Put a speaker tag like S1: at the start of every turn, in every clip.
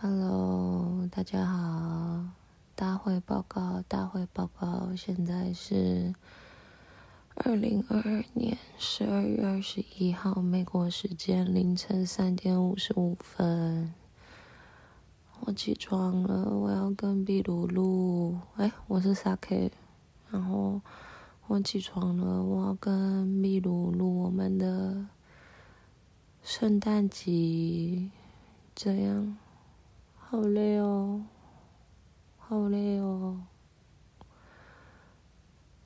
S1: Hello，大家好，大会报告，大会报告，现在是二零二二年十二月二十一号，美国时间凌晨三点五十五分。我起床了，我要跟壁鲁录。哎，我是 Saki，然后我起床了，我要跟壁鲁录我们的圣诞集，这样。好累哦，好累哦。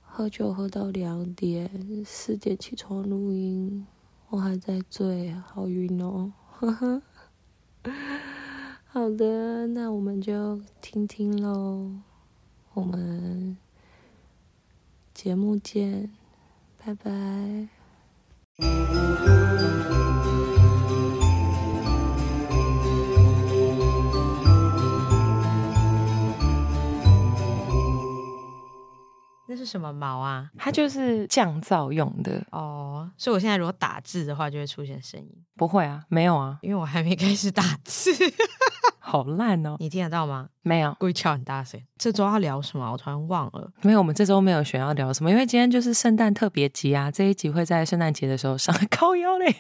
S1: 喝酒喝到两点，四点起床录音，我还在醉，好晕哦。 好的，那我们就听听喽，我们节目见，拜拜。
S2: 那是什么毛啊？
S3: 它就是降噪用的。
S2: 哦，所以我现在如果打字的话，就会出现声音，
S3: 不会啊，没有啊，
S2: 因为我还没 开始打字。
S3: 好烂哦，
S2: 你听得到吗？
S3: 没有，
S2: 故意敲很大声。这周要聊什么？我突然忘了。
S3: 没有。我们这周没有选要聊什么，因为今天就是圣诞特别集啊，这一集会在圣诞节的时候上 高腰嘞，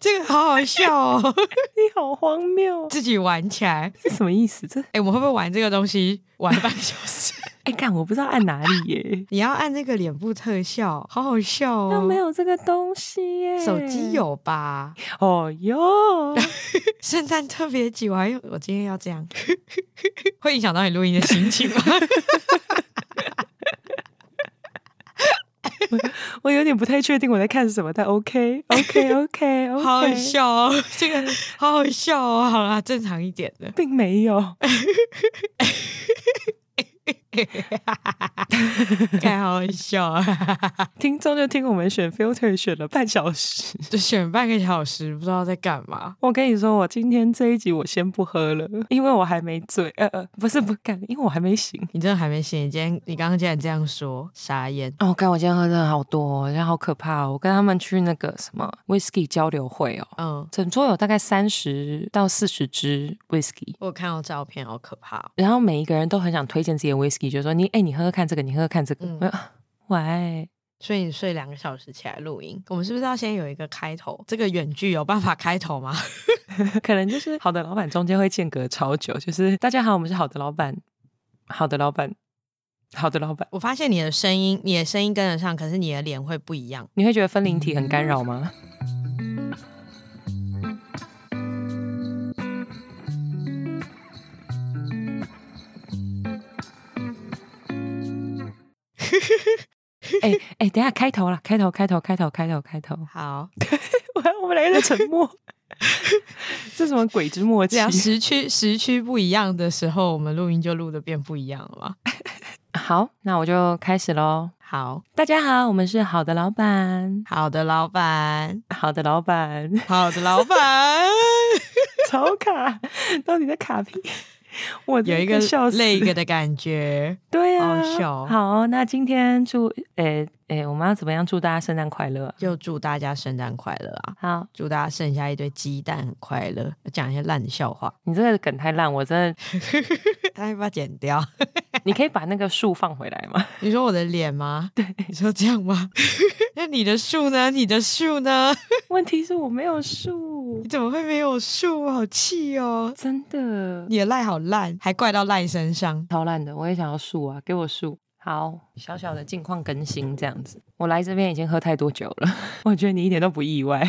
S2: 这个好好笑哦，
S3: 你好荒谬，哦
S2: 自己玩起来。
S3: 这什么意思？这
S2: 哎、我们会不会玩这个东西玩半小时？
S3: 哎干，我不知道按哪里 耶，
S2: 你要按那个脸部特效，好好笑
S3: 那
S2: 哦。
S3: 没，有这欸个东西耶，
S2: 手机有吧？
S3: 哦哟，
S2: 圣诞特别集，我还用我今天要这样， 会影响到你录音的心情吗？
S3: 我有点不太确定我在看什么，但 OK OK OK OK，
S2: 好好笑哦，这个好好笑哦。好啦，正常一点的。
S3: 并没 有，
S2: 太好笑啊了，
S3: 听众就听我们选 filter 选了半小时。
S2: 就选半个小时，不知道在干嘛。
S3: 我跟你说，我今天这一集我先不喝了，因为我还没醉。呃呃，不是不干，因为我还没醒。
S2: 你真的还没醒？你今天你刚刚竟然这样说，傻眼！
S3: 哦，干！我今天喝的好多、哦，然后好可怕、哦。我跟他们去那个什么 whisky 交流会哦，
S2: 嗯，
S3: 整桌有大概三十到四十支 whisky，
S2: 我有看到照片，好可怕、哦。
S3: 然后每一个人都很想推荐自己的 whisky，就说你哎，你喝喝看这个，你喝喝看这个。
S2: 嗯
S3: 我说啊 喂，
S2: 所以你睡两个小时起来录音，我们是不是要先有一个开头？这个远距有办法开头吗？
S3: 可能就是好的老板中间会间隔超久，就是大家好，我们是好的老板，好的老板，好的老板。
S2: 我发现你的声音，你的声音跟得上，可是你的脸会不一样。
S3: 你会觉得分灵体很干扰 吗？哎哎、等一下开头啦，开头，开头，开头，开头，开头！
S2: 好，
S3: 我我们两个在沉默， 这什么鬼之默
S2: 只
S3: 契？
S2: 要时区时区不一样的时候，我们录音就录的变不一样了吧？
S3: 好，那我就开始喽。
S2: 好
S3: 大家好，我们是好的老板，
S2: 好的，老板，
S3: 好的老板，
S2: 好的，老板。
S3: 超卡，到底在卡屁？我
S2: 有
S3: 真
S2: 一
S3: 的
S2: 个
S3: 笑死，
S2: 累一个的感觉。
S3: 对啊，
S2: 好笑哦
S3: 好，那今天祝诶诶，我们要怎么样祝大家圣诞快乐啊？
S2: 就祝大家圣诞快乐啊！
S3: 好，
S2: 祝大家剩下一堆鸡蛋很快乐。我讲一些烂的笑 话，
S3: 你这个梗太烂，我真的，
S2: 大家把它剪掉。
S3: 你可以把那个树放回来 吗？
S2: 你说我的脸吗？对，你说这样吗？ 那你的树呢？你的树呢？
S3: 问题是我没有树
S2: 你，怎么会没有树？好气哦！
S3: 真的
S2: 你的赖好烂，还怪到赖身上。
S3: 超烂的，我也想要树啊，给我树。好，小小的近况更新这样子。我来这边已经喝太多酒了， 我觉得你一点都不意外。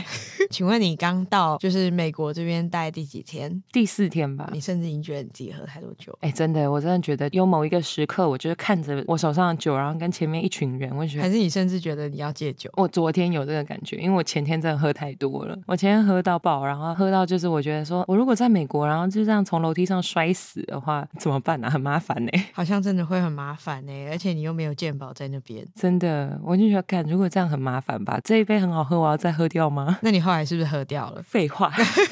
S2: 请问你刚到就是美国这边待第几天？
S3: 第四天吧，
S2: 你甚至已经觉得你自己喝太多酒了，
S3: 哎、真的，我真的觉得有某一个时刻，我就是看着我手上的酒，然后跟前面一群人，我就觉
S2: 还
S3: 得。
S2: 是你甚至觉得你要戒酒？
S3: 我昨天有这个感觉，因为我前天真的喝太多了。我前天喝到爆，然后喝到就是我觉得说，我如果在美国，然后就这样从楼梯上摔死的话，怎么办啊？很麻烦呢、
S2: 好像真的会很麻烦呢、而且你又没有健保在那边，
S3: 真的，我就觉得，干，如果这样很麻烦吧？这一杯很好喝，我要再喝掉吗？
S2: 那你后来是不是喝掉了？
S3: 废话，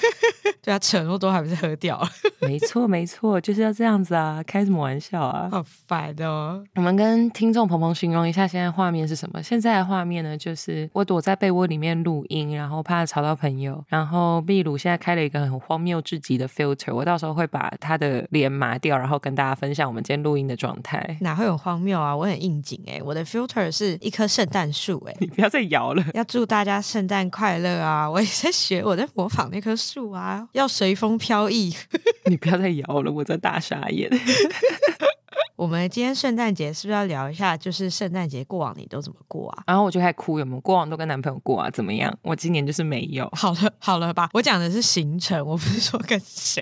S2: 对啊，扯那么多还不是喝掉了，
S3: 没错没错，就是要这样子啊，开什么玩笑啊！
S2: 好烦哦！
S3: 我们跟听众鹏鹏形容一下现在画面是什么？现在的画面呢，就是我躲在被窝里面录音，然后怕吵到朋友，然后秘鲁现在开了一个很荒谬至极的 filter，我到时候会把他的脸麻掉，然后跟大家分享我们今天录音的状态。
S2: 哪会很荒谬啊？我很应景哎、我的 filter 是一棵圣诞树哎。
S3: 你不要再摇了。
S2: 要祝大家圣诞快乐啊！我也在学，我在模仿那棵树啊，要随风飘逸。
S3: 你不要再摇了，我在大傻眼。
S2: 我们今天圣诞节是不是要聊一下？就是圣诞节过往你都怎么过啊？
S3: 然后我就开始哭，有没有？过往都跟男朋友过啊，怎么样？我今年就是没有。
S2: 好了好了吧，我讲的是行程，我不是说跟谁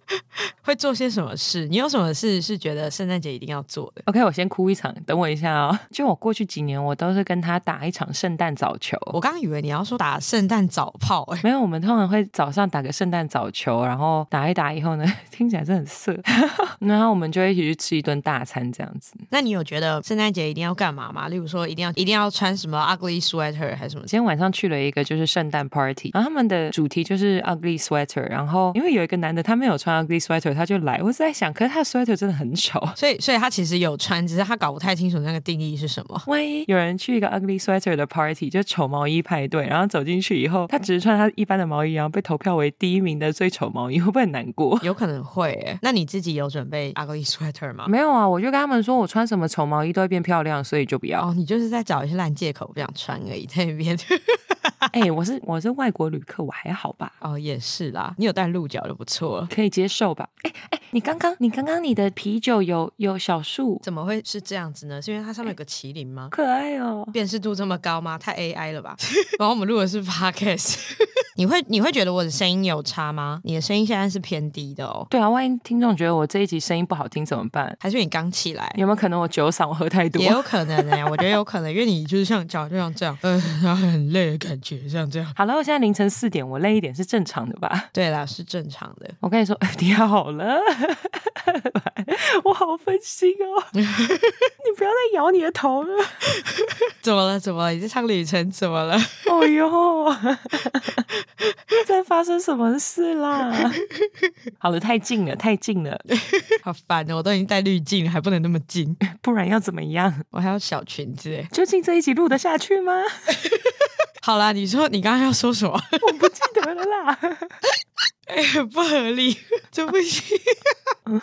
S2: 会做些什么事。你有什么事是觉得圣诞节一定要做的？
S3: OK，我先哭一场，等我一下哦。就我过去几年，我都是跟他打一场圣诞早球。
S2: 我刚以为你要说打圣诞早炮、欸，
S3: 没有，我们通常会早上打个圣诞早球，然后打一打以后呢， 听起来是很色， 然后我们就会一起去吃一顿大餐这样子。
S2: 那你有觉得圣诞节一定要干嘛吗？例如说，一定要一定要穿什么 ugly sweater 还是什么
S3: 我？今天晚上去了一个就是圣诞 party，然后他们的主题就是 ugly sweater，然后因为有一个男的他没有穿 ugly sweater，他就来，我是在想，可是他的 sweater 真的很丑。
S2: 所以，所以他其实有穿，只是他搞不太清楚那个定义是什么。
S3: 万一有人去一个 ugly sweater 的 party，就丑毛衣派对，然后走进去以后，他只是穿他一般的毛衣，然后被投票为第一名的最丑毛衣，会不会很难过？
S2: 有可能会诶，那你自己有准备 ugly sweater 吗？
S3: 没有啊，我就跟他们说我穿什么丑毛衣都会变漂亮，所以就不要。
S2: 哦，你就是在找一些烂借口不想穿而已，在 那边。
S3: 哎、我是我是外国旅客，我还好吧，
S2: 哦，也是啦，你有带鹿角就不错了。
S3: 可以接受吧？哎、哎、你刚刚你刚刚你的啤酒有有小树，
S2: 怎么会是这样子呢？是因为它上面有个麒麟吗？
S3: 可爱哦。
S2: 辨识度这么高吗？太 AI 了吧！ 然后我们录的是 podcast，你 会你会觉得我的声音有差吗？你的声音现在是偏低的哦，
S3: 对啊，万一听众觉得我这一集声音不好听怎么办？
S2: 还是你刚起来？
S3: 有没有可能我酒嗓我喝太多
S2: 也？有可能哎、我觉得有可能，因为你就是像脚就像这 样，嗯、然后很累的感觉，像这样。
S3: 好了，我现在凌晨四点，我累一点是正常的吧？
S2: 对啦，是正常的。
S3: 我跟你说， 你好了， 我好分心 哦，你不要再摇你的头了，
S2: 怎么了？怎么了？你在唱旅程？怎么 了？
S3: 哦哟， 在发生什么事啦？ 好了，太近了，太近了，
S2: 好烦哦！我都已经戴滤镜了，还不能那么近，
S3: 不然要怎么样？
S2: 我还有小裙子哎。
S3: 究竟这一集录得下去吗？
S2: 好啦，你说你刚刚要说什么？
S3: 我不记得了啦。
S2: 哎、不合理，这不行。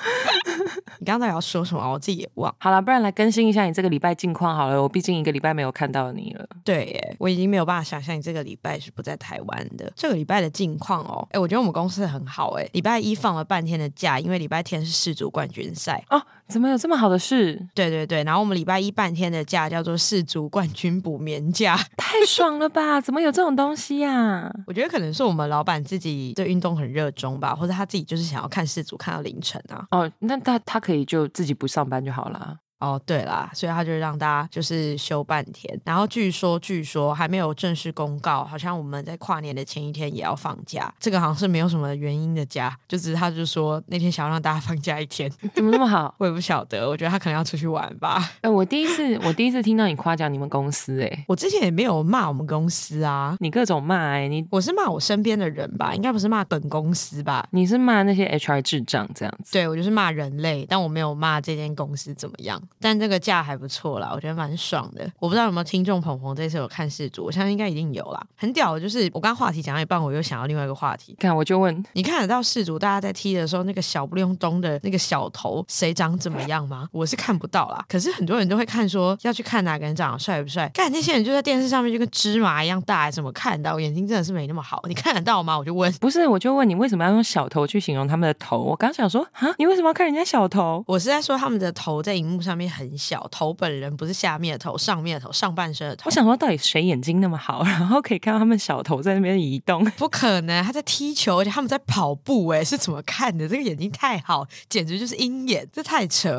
S2: 你刚刚到底要说什么？啊我自己也忘了。
S3: 好了，不然来更新一下你这个礼拜近况好了。我毕竟一个礼拜没有看到你了。
S2: 对耶，我已经没有办法想象你这个礼拜是不在台湾的。这个礼拜的近况哦，哎，我觉得我们公司很好哎。礼拜一放了半天的假，因为礼拜天是世足冠军赛。
S3: 哦，怎么有这么好的事？
S2: 对对对，然后我们礼拜一半天的假叫做世足冠军补眠假。
S3: 太爽了吧！ 怎么有这种东西呀、
S2: 我觉得可能是我们老板自己对运动很热衷吧，或者他自己就是想要看世足看到凌晨啊。
S3: 哦，那他他可以就自己不上班就好啦。
S2: 哦，对啦，所以他就让大家就是休半天。然后据说据说还没有正式公告，好像我们在跨年的前一天也要放假，这个好像是没有什么原因的假，就只是他就说那天想要让大家放假一天，
S3: 怎么那么好？
S2: 我也不晓得，我觉得他可能要出去玩吧。
S3: 哎、我第一次我第一次听到你夸奖你们公司、哎，
S2: 我之前也没有骂我们公司啊，
S3: 你各种骂、哎，你
S2: 我是骂我身边的人吧，应该不是骂本公司吧。
S3: 你是骂那些 HR 智障这样子。
S2: 对，我就是骂人类，但我没有骂这间公司怎么样。但这个假还不错啦，我觉得蛮爽的。我不知道有没有听众鹏鹏这次有看世足，我相信应该一定有啦。很屌，就是我刚话题讲到一半，我又想到另外一个话题。
S3: 看，我就问，
S2: 你看得到世足大家在踢的时候，那个小不溜咚的那个小头谁长怎么样吗？我是看不到啦。可是很多人都会看说要去看哪个人长得帅不帅，看那些人就在电视上面就跟芝麻一样大，怎么看得到？我眼睛真的是没那么好，你看得到吗？我就问。
S3: 不是，我就问你为什么要用小头去形容他们的头？我刚想说，啊，你为什么要看人家小头？
S2: 我是在说他们的头在荧幕上上面很小，头本人不是下面的头，上面的头，上半身的头。
S3: 我想说，到底谁眼睛那么好， 然后可以看到他们小头在那边移动？
S2: 不可能，他在踢球，而且他们在跑步、哎，是怎么看的？这个眼睛太好，简直就是鹰眼，这太扯。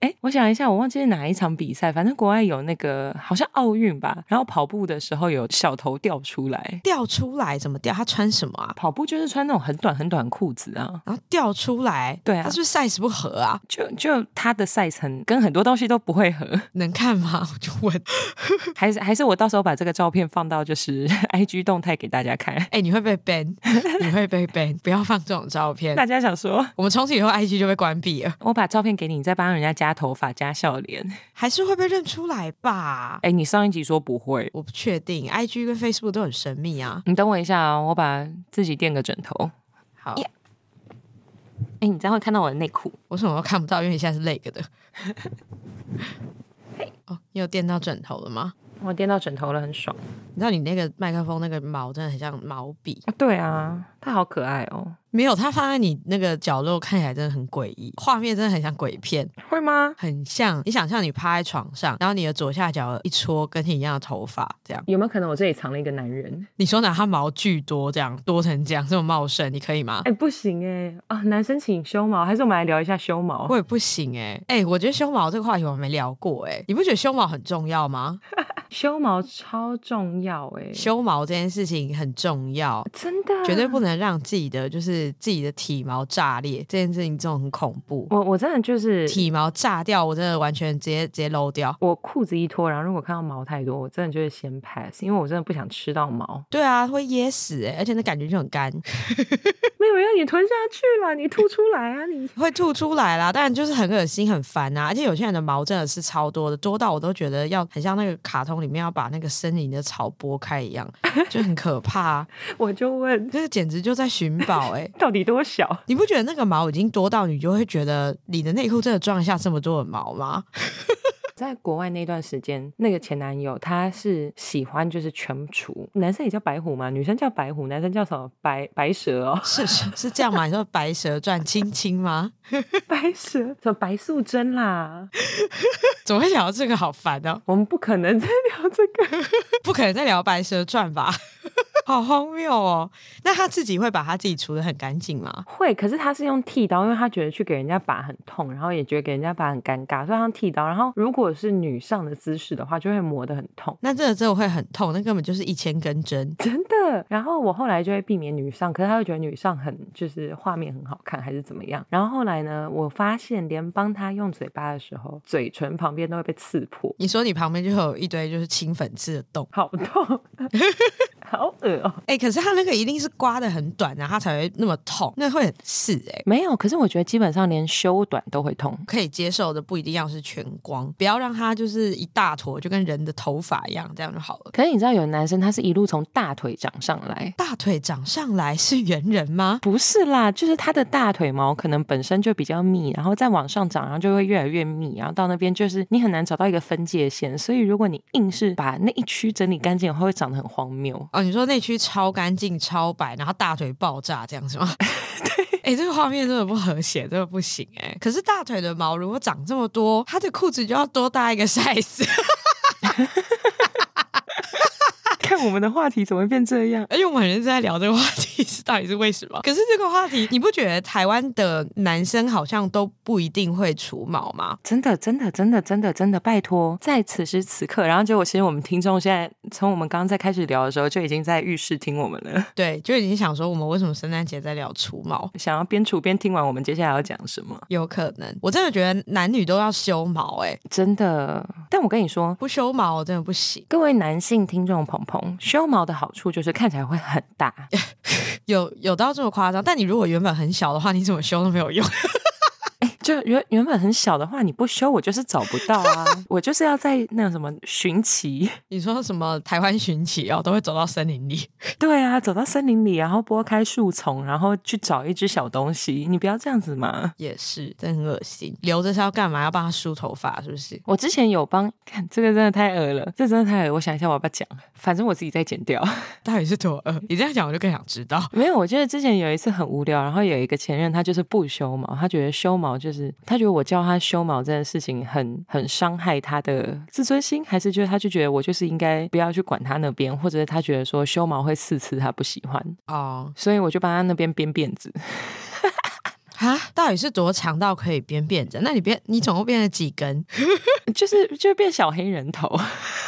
S3: 哎，我想一下，我忘记是哪一场比赛，反正国外有那个好像奥运吧，然后跑步的时候有小头掉出来，
S2: 掉出来怎么掉？他穿什么啊？
S3: 跑步就是穿那种很短很短裤子啊，
S2: 然后掉出来，
S3: 对啊
S2: 他是不是 size 不合啊？
S3: 就就他的 size 很跟很多东西都不会合，
S2: 能看吗？ 我就问，
S3: 还是还是我到时候把这个照片放到就是 IG 动态给大家看，
S2: 哎、你会被 ban，你会被 ban，不要放这种照片
S3: 大。家想说。
S2: 我们从此以后 IG 就被关闭了，
S3: 我把照片给你，你再帮人家加头发、加笑脸。
S2: 还是会被认出来吧？
S3: 哎、你上一集说不会，
S2: 我不确定，IG 跟 Facebook 都很神秘啊。
S3: 你等我一下啊、我把自己垫个枕头。
S2: 好，
S3: Yeah 哎、你这样会看到我的内裤。
S2: 我什么都看不到，因为你现在是 leg 的。哦，你有垫到枕头了吗？
S3: 我垫到枕头了，很爽。
S2: 你知道你那个麦克风那个毛真的很像毛笔，
S3: 对啊，它好可爱哦。
S2: 没有它放在你那个角落看起来真的很诡异，画面真的很像鬼片，
S3: 会吗？
S2: 很像。你想象你趴在床上，然后你的左下角有一撮跟你一样的头发，这样
S3: 有没有可能我这里藏了一个男人？
S2: 你手拿它毛巨多，这样多成这样这么茂盛，你可以吗？
S3: 哎、不行哎、啊，男生请修毛，还是我们来聊一下修毛
S2: 我？也不行哎、哎、我觉得胸毛这个话题我没聊过哎、你不觉得胸毛很重要吗？
S3: 修毛超重要哎、
S2: 胸毛这件事情很重要，
S3: 真的
S2: 绝对不能让自己的就是自己的体毛炸裂，这件事情真的很恐怖。
S3: 我我真的就是
S2: 体毛炸掉，我真的完全直接直接漏掉。
S3: 我裤子一脱，然后如果看到毛太多，我真的就会先 pass，因为我真的不想吃到毛。
S2: 对啊，会噎死、欸，而且那感觉就很干，
S3: 没有人要你吞下去啦，你吐出来啊你！
S2: 会吐出来啦。当然就是很恶心、很烦啊。而且有些人的毛真的是超多的，多到我都觉得要很像那个卡通里面要把那个森林的草拨开一样， 就很可怕、啊。
S3: 我就问，
S2: 这简直就在寻宝哎、
S3: 到底多小？
S2: 你不觉得那个毛已经多到你就会觉得你的内裤真的装得下这么多的毛吗？
S3: 在国外那段时间，那个前男友他是喜欢就是全除，男生也叫白虎嘛，女生叫白虎，男生叫什么白白蛇哦，
S2: 是是是这样吗？你说《白蛇传》亲亲吗？
S3: 白蛇什么白素贞啦。
S2: 怎么会聊到这个？好烦哦！
S3: 我们不可能再 聊这个，
S2: 不可能再聊《白蛇传》吧？好荒谬哦！那他自己会把他自己除的很干净吗？
S3: 会，可是他是用剃刀，因为他觉得去给人家拔很痛，然后也觉得给人家拔很尴尬，所以他用剃刀。然后如果是女上的姿势的话，就会磨得很痛。
S2: 那这个真的会很痛，那根本就是一千根针。
S3: 真的。然后我后来就会避免女上，可是他又觉得女上很就是画面很好看，还是怎么样。然后后来呢，我发现连帮他用嘴巴的时候，嘴唇旁边都会被刺破，
S2: 你说你旁边就会有一堆就是清粉刺的洞，
S3: 好痛， 好恶哦、
S2: 哎、可是他那个一定是刮的很短啊，他才会那么痛，那会很刺哎、
S3: 没有，可是我觉得基本上连修短都会痛。
S2: 可以接受的不一定要是全光，不要让它就是一大坨，就跟人的头发一样，这样就好了。
S3: 可是你知道有男生他是一路从大腿长上来。
S2: 大腿长上来是圆人吗？
S3: 不是啦，就是他的大腿毛可能本身就比较密，然后再往上长，然后就会越来越密，然后到那边就是你很难找到一个分界线，所以如果你硬是把那一区整理干净的话，会长得很荒谬。
S2: 哦，你说那区超干净、超白，然后大腿爆炸这样是吗？对，哎、这个画面真的不和谐，真的不行哎、可是大腿的毛如果长这么多，他的裤子就要多搭一个 size，
S3: 啊看我们的话题怎么会变这样？
S2: 而且我们很认真在聊这个话题是到底是为什么。可是这个话题，你不觉得台湾的男生好像都不一定会除毛吗？
S3: 真的，真的，真的，真的，真的，拜托，在此时此刻，然后结果其实我们听众现在从我们刚刚在开始聊的时候就已经在浴室听我们了，
S2: 对，就已经想说我们为什么圣诞节在聊除毛。
S3: 想要边处边听完我们接下来要讲什么，
S2: 有可能，我真的觉得男女都要修毛、欸，
S3: 真的。但我跟你说，
S2: 不修毛我真的不行。
S3: 各位男性听众鹏鹏，修毛的好处就是看起来会很大，
S2: 有有到这么夸张？但你如果原本很小的话，你怎么修都没有用。
S3: 就原原本很小的话，你不修我就是找不到啊，我就是要在那个什么寻奇，
S2: 你说什么台湾寻奇哦，都会走到森林里。
S3: 对啊，走到森林里，然后拨开树丛，然后去找一只小东西，你不要这样子嘛。
S2: 也是，真很恶心。留着是要干嘛？要帮他梳头发是不是？
S3: 我之前有帮，看这个真的太恶了，这真的太恶。我想一下，我要不要讲？反正我自己再剪掉。
S2: 到底是多恶？你这样讲我就更想知道。
S3: 没有，我觉得之前有一次很无聊，然后有一个前任他就是不修毛，他觉得修毛就就是他觉得我叫他修毛这件事情很很伤害他的自尊心，还是就是他就觉得我就是应该不要去管他那边，或者是他觉得说修毛会刺刺，他不喜欢，
S2: 哦
S3: 所以我就帮他那边编辫子。
S2: 啊，到底是多长到可以编辫子？那你编你总共编了几根？
S3: 就是就变小黑人头，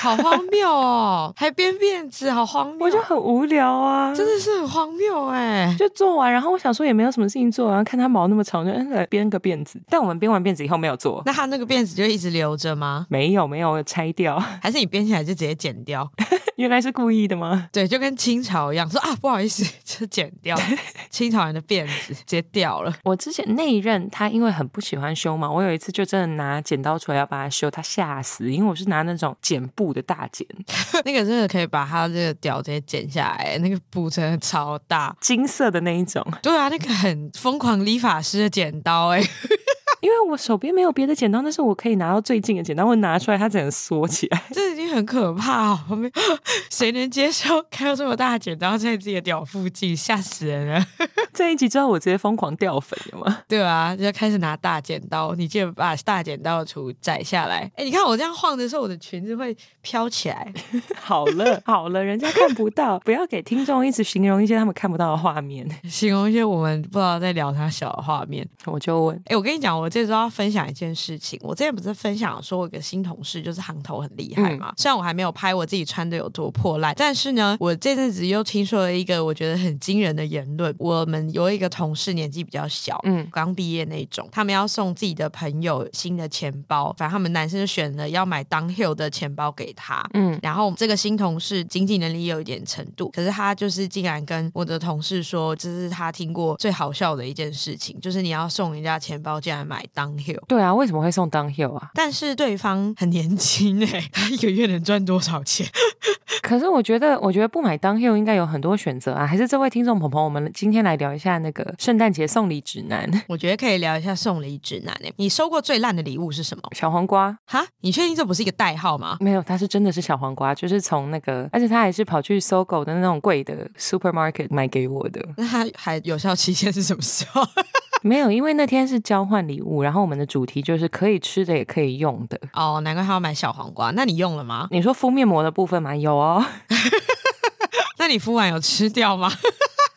S2: 好荒谬哦，还编辫子，好荒谬！
S3: 我就很无聊啊，
S2: 真的是很荒谬哎、
S3: 就做完，然后我想说也没有什么事情做，然后看他毛那么长，就嗯来编个辫子。但我们编完辫子以后没有做，
S2: 那他那个辫子就一直留着吗？
S3: 没有没有拆掉，
S2: 还是你编起来就直接剪掉？
S3: 原来是故意的吗？
S2: 对，就跟清朝一样，说啊不好意思，就剪掉清朝人的辫子，直接掉了。
S3: 我之前那一任他因为很不喜欢修嘛，我有一次就真的拿剪刀出来要把它修，他吓死，因为我是拿那种剪布的大剪，
S2: 那个真的可以把他这个屌直接剪下来，那个布真的超大。
S3: 金色的那一种，
S2: 对啊，那个很疯狂理发师的剪刀哎、
S3: 因为我手边没有别的剪刀，但是我可以拿到最近的剪刀，我拿出来它整个缩起来，
S2: 这已经很可怕哦！我们谁能接受开到这么大的剪刀在自己的屌附近，吓死人了。
S3: 这一集之后我直接疯狂掉粉了吗？
S2: 对啊，就开始拿大剪刀，你记得把大剪刀的图摘下来。哎，你看我这样晃的时候，我的裙子会飘起来。
S3: 好了好了，人家看不到，不要给听众一直形容一些他们看不到的画面。
S2: 形容一些我们不知道在聊他小的画面。
S3: 我就问，
S2: 哎，我跟你讲，我这周要分享一件事情。我之前不是分享说，我有个新同事就是行头很厉害嘛。虽然我还没有拍我自己穿的有多破烂，但是呢，我这阵子又听说了一个我觉得很惊人的言论。我们有一个同事年纪比较小，
S3: 嗯，
S2: 刚毕业那种，他们要送自己的朋友新的钱包，反正他们男生就选了要买 Downhill 的钱包给他，
S3: 嗯，
S2: 然后这个新同事经济能力也有一点程度，可是他就是竟然跟我的同事说，这是他听过最好笑的一件事情，就是你要送人家钱包，竟然买 Downhill。
S3: 对啊，为什么会送 downhill 啊？
S2: 但是对方很年轻哎、 他一个月能赚多少钱？
S3: 可是我觉得，我觉得不买 downhill 应该有很多选择啊。还是这位听众朋友，我们今天来聊一下那个圣诞节送礼指南。
S2: 我觉得可以聊一下送礼指南哎、你收过最烂的礼物是什么？
S3: 小黄 瓜
S2: 哈，你确定这不是一个代号吗？
S3: 没有，它是真的是小黄瓜，就是从那个，而且他还是跑去搜狗的那种贵的 supermarket 买给我的。
S2: 那它还有效期限是什么时候？
S3: 没有，因为那天是交换礼物，然后我们的主题就是可以吃的也可以用的。
S2: 哦，难怪他要买小黄瓜。那你用了吗？
S3: 你说敷面膜的部分吗？有哦，
S2: 那你敷完有吃掉吗？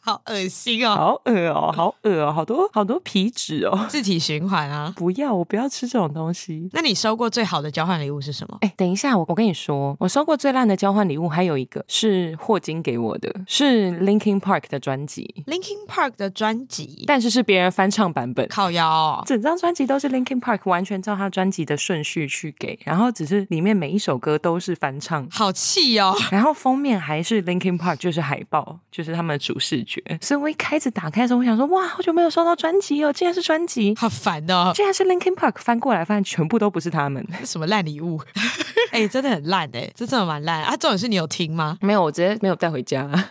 S2: 好恶心哦！
S3: 好恶哦，好恶哦，好多好多皮脂哦，
S2: 自体循环啊。
S3: 不要，我不要吃这种东西。
S2: 那你收过最好的交换礼物是什么？
S3: 哎，等一下，我我跟你说，我收过最烂的交换礼物还有一个是霍金给我的，是 Linkin Park 的专辑，
S2: Linkin Park 的专辑，
S3: 但是是别人翻唱版本。
S2: 靠腰、哦。
S3: 整张专辑都是 Linkin Park 完全照他专辑的顺序去给，然后只是里面每一首歌都是翻唱，
S2: 好气哦！
S3: 然后封面还是 Linkin Park，就是海报，就是他们的主视觉。所以我一开始打开的时候，我想说，哇，好久没有收到专辑哦，竟然是专辑，
S2: 好烦哦！
S3: 竟然是 Linkin Park。翻过来发现全部都不是他们。
S2: 这什么烂礼物？ 哎、真的很烂哎、这真的蛮烂啊！重点是你有听吗？
S3: 没有，我直接没有带回家，啊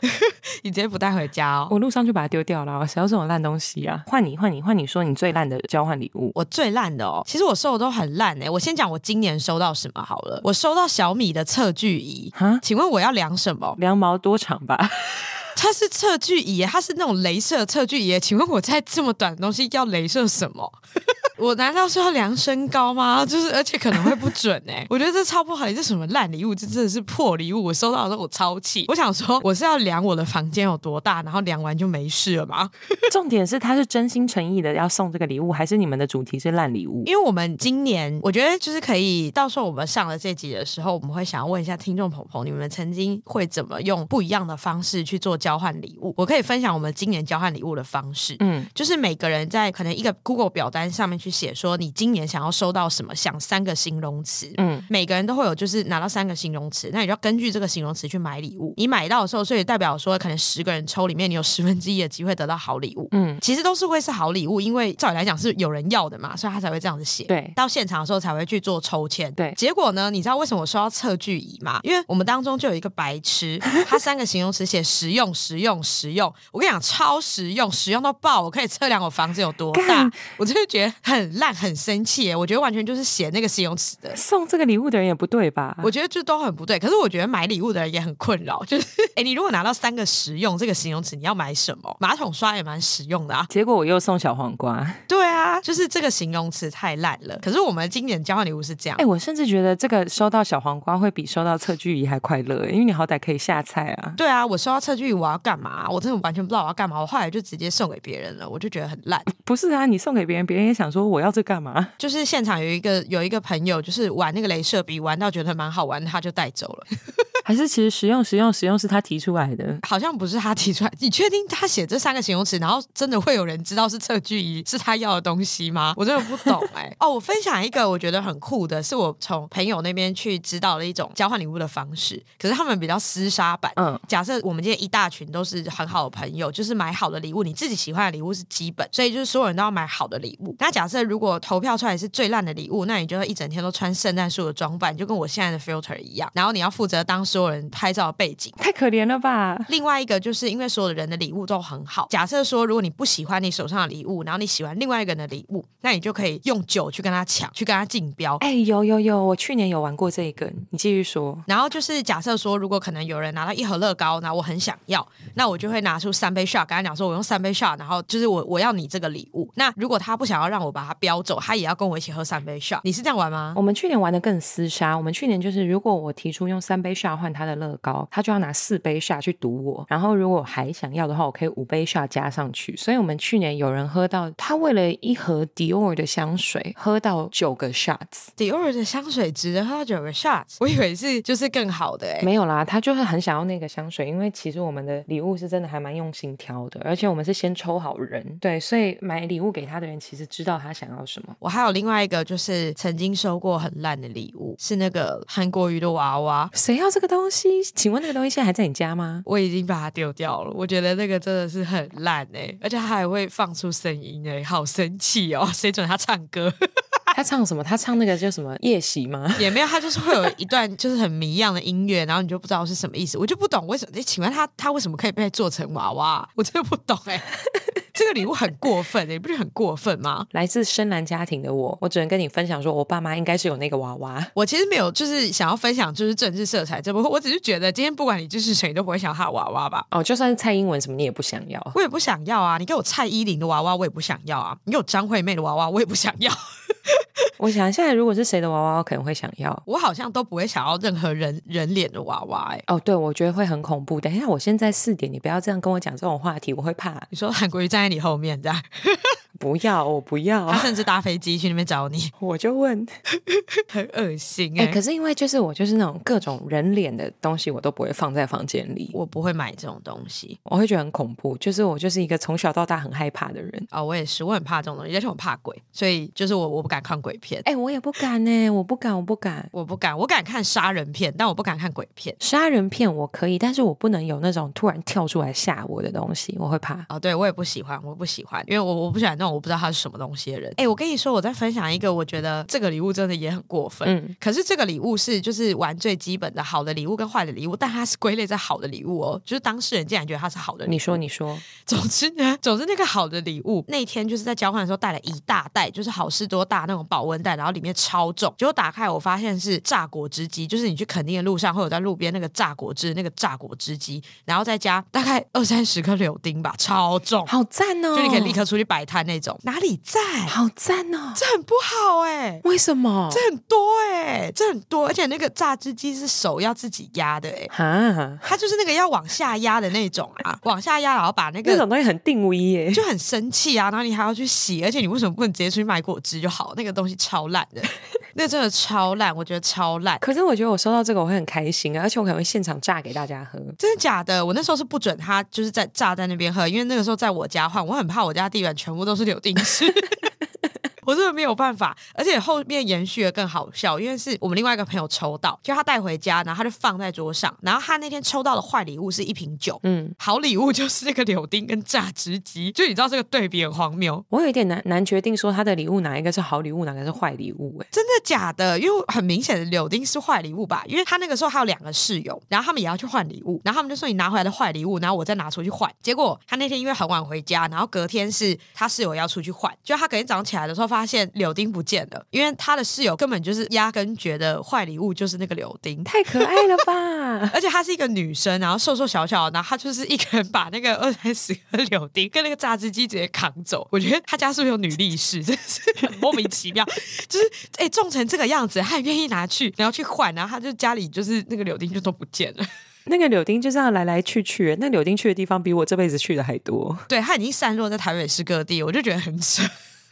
S2: 你直接不带回家哦。
S3: 我路上就把它丢掉了。谁要这种烂东西啊？换你，换你，换你说你最烂的交换礼物。
S2: 我最烂的哦，其实我收的都很烂哎、我先讲我今年收到什么好了。我收到小米的测距仪
S3: 哈，
S2: 请问我要量什么？
S3: 羊毛多长吧？
S2: 它是测距仪耶，它是那种镭射测距仪耶。请问我在这么短的东西要镭射什么？我难道是要量身高吗？就是，而且可能会不准哎、 我觉得这超不好，这什么烂礼物，这真的是破礼物。我收到的时候我超气，我想说我是要量我的房间有多大，然后量完就没事了吗？
S3: 重点是他是真心诚意的要送这个礼物，还是你们的主题是烂礼物？
S2: 因为我们今年，我觉得就是可以，到时候我们上了这集的时候，我们会想要问一下听众朋友，你们曾经会怎么用不一样的方式去做交换礼物？我可以分享我们今年交换礼物的方式。
S3: 嗯，
S2: 就是每个人在可能一个 Google 表单上面去写说你今年想要收到什么，想三个形容词。
S3: 嗯
S2: 每个人都会有就是拿到三个形容词，那你就要根据这个形容词去买礼物。你买到的时候，所以代表说可能十个人抽里面，你有十分之一的机会得到好礼物。
S3: 嗯，
S2: 其实都是会是好礼物，因为照理来讲是有人要的嘛，所以他才会这样子写。
S3: 对
S2: 到现场的时候才会去做抽签。
S3: 对
S2: 结果呢， 你知道为什么我收到测距仪吗？因为我们当中就有一个白痴，他三个形容词写实用、实用、实用。我跟你讲，超实用，实用到爆！我可以测量我房子有多大
S3: 干。
S2: 我真的觉得很烂，很生气耶。我觉得完全就是写那个形容词的。
S3: 送这个礼物的人也不对吧？
S2: 我觉得这都很不对，可是我觉得买礼物的人也很困扰， 就是，哎，你如果拿到三个实用这个形容词，你要买什么？马桶刷也蛮实用的啊，
S3: 结果我又送小黄瓜。
S2: 对啊，就是这个形容词太烂了。可是我们今年交换礼物是这样
S3: 哎、，我甚至觉得这个收到小黄瓜会比收到测距仪还快乐，因为你好歹可以下菜啊。
S2: 对啊，我收到测距仪我要干嘛？我真的完全不知道我要干嘛，我后来就直接送给别人了，我就觉得很烂。
S3: 不是啊，你送给别人，别人也想说我要这干嘛？
S2: 就是现场有一个有一个朋友，就是玩那个镭射笔，玩到觉得蛮好玩，他就带走了。
S3: 还是其实实用实用实用是他提出来的？
S2: 好像不是他提出来，你确定他写这三个形容词，然后真的会有人知道是测距仪是他要的东西吗？我真的不懂哎、哦，我分享一个我觉得很酷的，是我从朋友那边去知道了一种交换礼物的方式，可是他们比较厮杀版。
S3: 嗯，
S2: 假设我们今天一大群都是很好的朋友，就是买好的礼物，你自己喜欢的礼物是基本，所以就是所有人都要买好的礼物。那假设如果投票出来是最烂的礼物，那你就会一整天都穿圣诞树的装扮，就跟我现在的 filter 一样，然后你要负责当所有人拍照的背景。
S3: 太可怜了吧？
S2: 另外一个就是因为所有的人的礼物都很好。假设说，如果你不喜欢你手上的礼物，然后你喜欢另外一个人的礼物，那你就可以用酒去跟他抢，去跟他竞标。
S3: 哎、有有有，我去年有玩过这一个，你继续说。
S2: 然后就是假设说，如果可能有人拿到一盒乐高，然后我很想要，那我就会拿出三杯 shot，跟他讲说我用三杯 shot，然后就是我我要你这个礼物。那如果他不想要让我把它标走，他也要跟我一起喝三杯 shot。你是这样玩吗？
S3: 我们去年玩的更厮杀。我们去年就是，如果我提出用三杯下换他的乐高，他就要拿四杯下去赌我。然后如果还想要的话，我可以五杯下加上去。所以我们去年有人喝到，他为了一盒 Dior 的香水喝到九个 shots，
S2: 迪奥的香水值得喝到九个 shot，我以为是就是更好的哎、
S3: 没有啦，他就是很想要那个香水，因为其实我们的礼物是真的还蛮用心挑的，而且我们是先抽好人，对，所以买礼物给他的人其实知道他想要什么。
S2: 我还有另外一个，就是曾经收过很烂的礼物，是那个韩国瑜的娃娃，
S3: 谁要这个东西？请问那个东西现在还在你家吗？
S2: 我已经把它丢掉了。我觉得那个真的是很烂哎、而且它还会放出声音哎、好生气哦！谁准他唱歌？
S3: 他唱什么？他唱那个叫什么夜袭吗？
S2: 也没有，它就是会有一段就是很迷样的音乐，然后你就不知道是什么意思，我就不懂为什么。诶请问他他为什么可以被做成娃娃？我真的不懂哎、 这个礼物很过分哎、你不觉得很过分吗？
S3: 来自深蓝家庭的我，我只能跟你分享说，我爸妈应该是有那个娃娃。
S2: 我其实没有，就是想要分享就是政治色彩这部分，我只是觉得今天不管你支持谁，你都不会想要他的娃娃吧。
S3: 哦，就算是蔡英文什么，你也不想要。
S2: 我也不想要啊！你给我蔡依林的娃娃，我也不想要啊！你给我张惠妹的娃娃，我也不想要。
S3: 我想一下，如果是谁的娃娃，我可能会想要。
S2: 我好像都不会想要任何人人脸的娃娃、欸。
S3: 哦，对，我觉得会很恐怖。等一下，我现在四点，你不要这样跟我讲这种话题，我会怕。
S2: 你说韩国瑜站在你后面这样，
S3: 不要，我不要
S2: 他，甚至搭飞机去那边找你，
S3: 我就问。
S2: 很恶心哎、
S3: 哎、可是因为就是我就是那种各种人脸的东西，我都不会放在房间里，
S2: 我不会买这种东西
S3: 我会觉得很恐怖。就是我就是一个从小到大很害怕的人。
S2: 啊、哦！我也是，我很怕这种东西，而且我很怕鬼，所以就是我我不敢看鬼片，
S3: 哎、我也不敢呢、我不敢，我不敢。
S2: 我不敢，我敢看杀人片，但我不敢看鬼片。
S3: 杀人片我可以，但是我不能有那种突然跳出来吓我的东西，我会怕。
S2: 哦，对我也不喜欢，我不喜欢，因为我我不喜欢那种我不知道它是什么东西的人。哎，我跟你说，我在分享一个，我觉得这个礼物真的也很过分。
S3: 嗯
S2: 可是这个礼物是就是玩最基本的好的礼物跟坏的礼物，但它是归类在好的礼物哦，就是当事人竟然觉得它是好的礼物。
S3: 你说，你说，
S2: 总之呢，总之那个好的礼物，那天就是在交换的时候带了一大袋，就是好事多大那种保温袋，然后里面超重。结果打开我发现是榨果汁机，就是你去垦丁的路上会有在路边那个榨果汁那个榨果汁机，然后再加大概二三十颗柳丁吧，超重。
S3: 好赞哦！
S2: 就你可以立刻出去摆摊那种，哪里在？
S3: 好赞哦！
S2: 这很不好哎、
S3: 为什么？
S2: 这很多哎、这很多，而且那个榨汁机是手要自己压的哎、
S3: 哈，
S2: 它就是那个要往下压的那种啊，往下压，然后把那
S3: 那
S2: 个
S3: 种东西很定位耶。
S2: 就很生气啊，然后你还要去洗，而且你为什么不能直接出去买果汁就好？那个东西超烂的，那真的超烂，我觉得超烂。
S3: 可是我觉得我收到这个我会很开心啊，而且我可能会现场炸给大家喝。
S2: 真的假的？我那时候是不准他就是在炸在那边喝，因为那个时候在我家换，我很怕我家地板全部都是柳丁汁。我真的没有办法。而且后面延续的更好笑，因为是我们另外一个朋友抽到，就他带回家，然后他就放在桌上，然后他那天抽到的坏礼物是一瓶酒，
S3: 嗯，
S2: 好礼物就是那个柳丁跟榨汁机，就你知道这个对比很荒谬。
S3: 我有一点难难决定说他的礼物哪一个是好礼物，哪个是坏礼物、欸。
S2: 真的假的？因为很明显的柳丁是坏礼物吧，因为他那个时候还有两个室友，然后他们也要去换礼物，然后他们就说你拿回来的坏礼物，然后我再拿出去换。结果他那天因为很晚回家，然后隔天是他室友要出去换，就他隔天早上起来的时候发现柳丁不见了，因为他的室友根本就是压根觉得坏礼物就是那个柳丁。
S3: 太可爱了 吧！
S2: 而且她是一个女生，然后瘦瘦小小的，然后她就是一个人把那个二三十个柳丁跟那个榨汁机直接扛走。我觉得她家是不是有女力士，真的是很莫名其妙。就是哎、欸种成这个样子，她还愿意拿去，然后去换，然后她就家里就是那个柳丁就都不见 了。
S3: 那个柳丁就这样来来去去、欸那柳丁去的地方比我这辈子去的还多。
S2: 对，她已经散落在台北市各地，我就觉得很扯。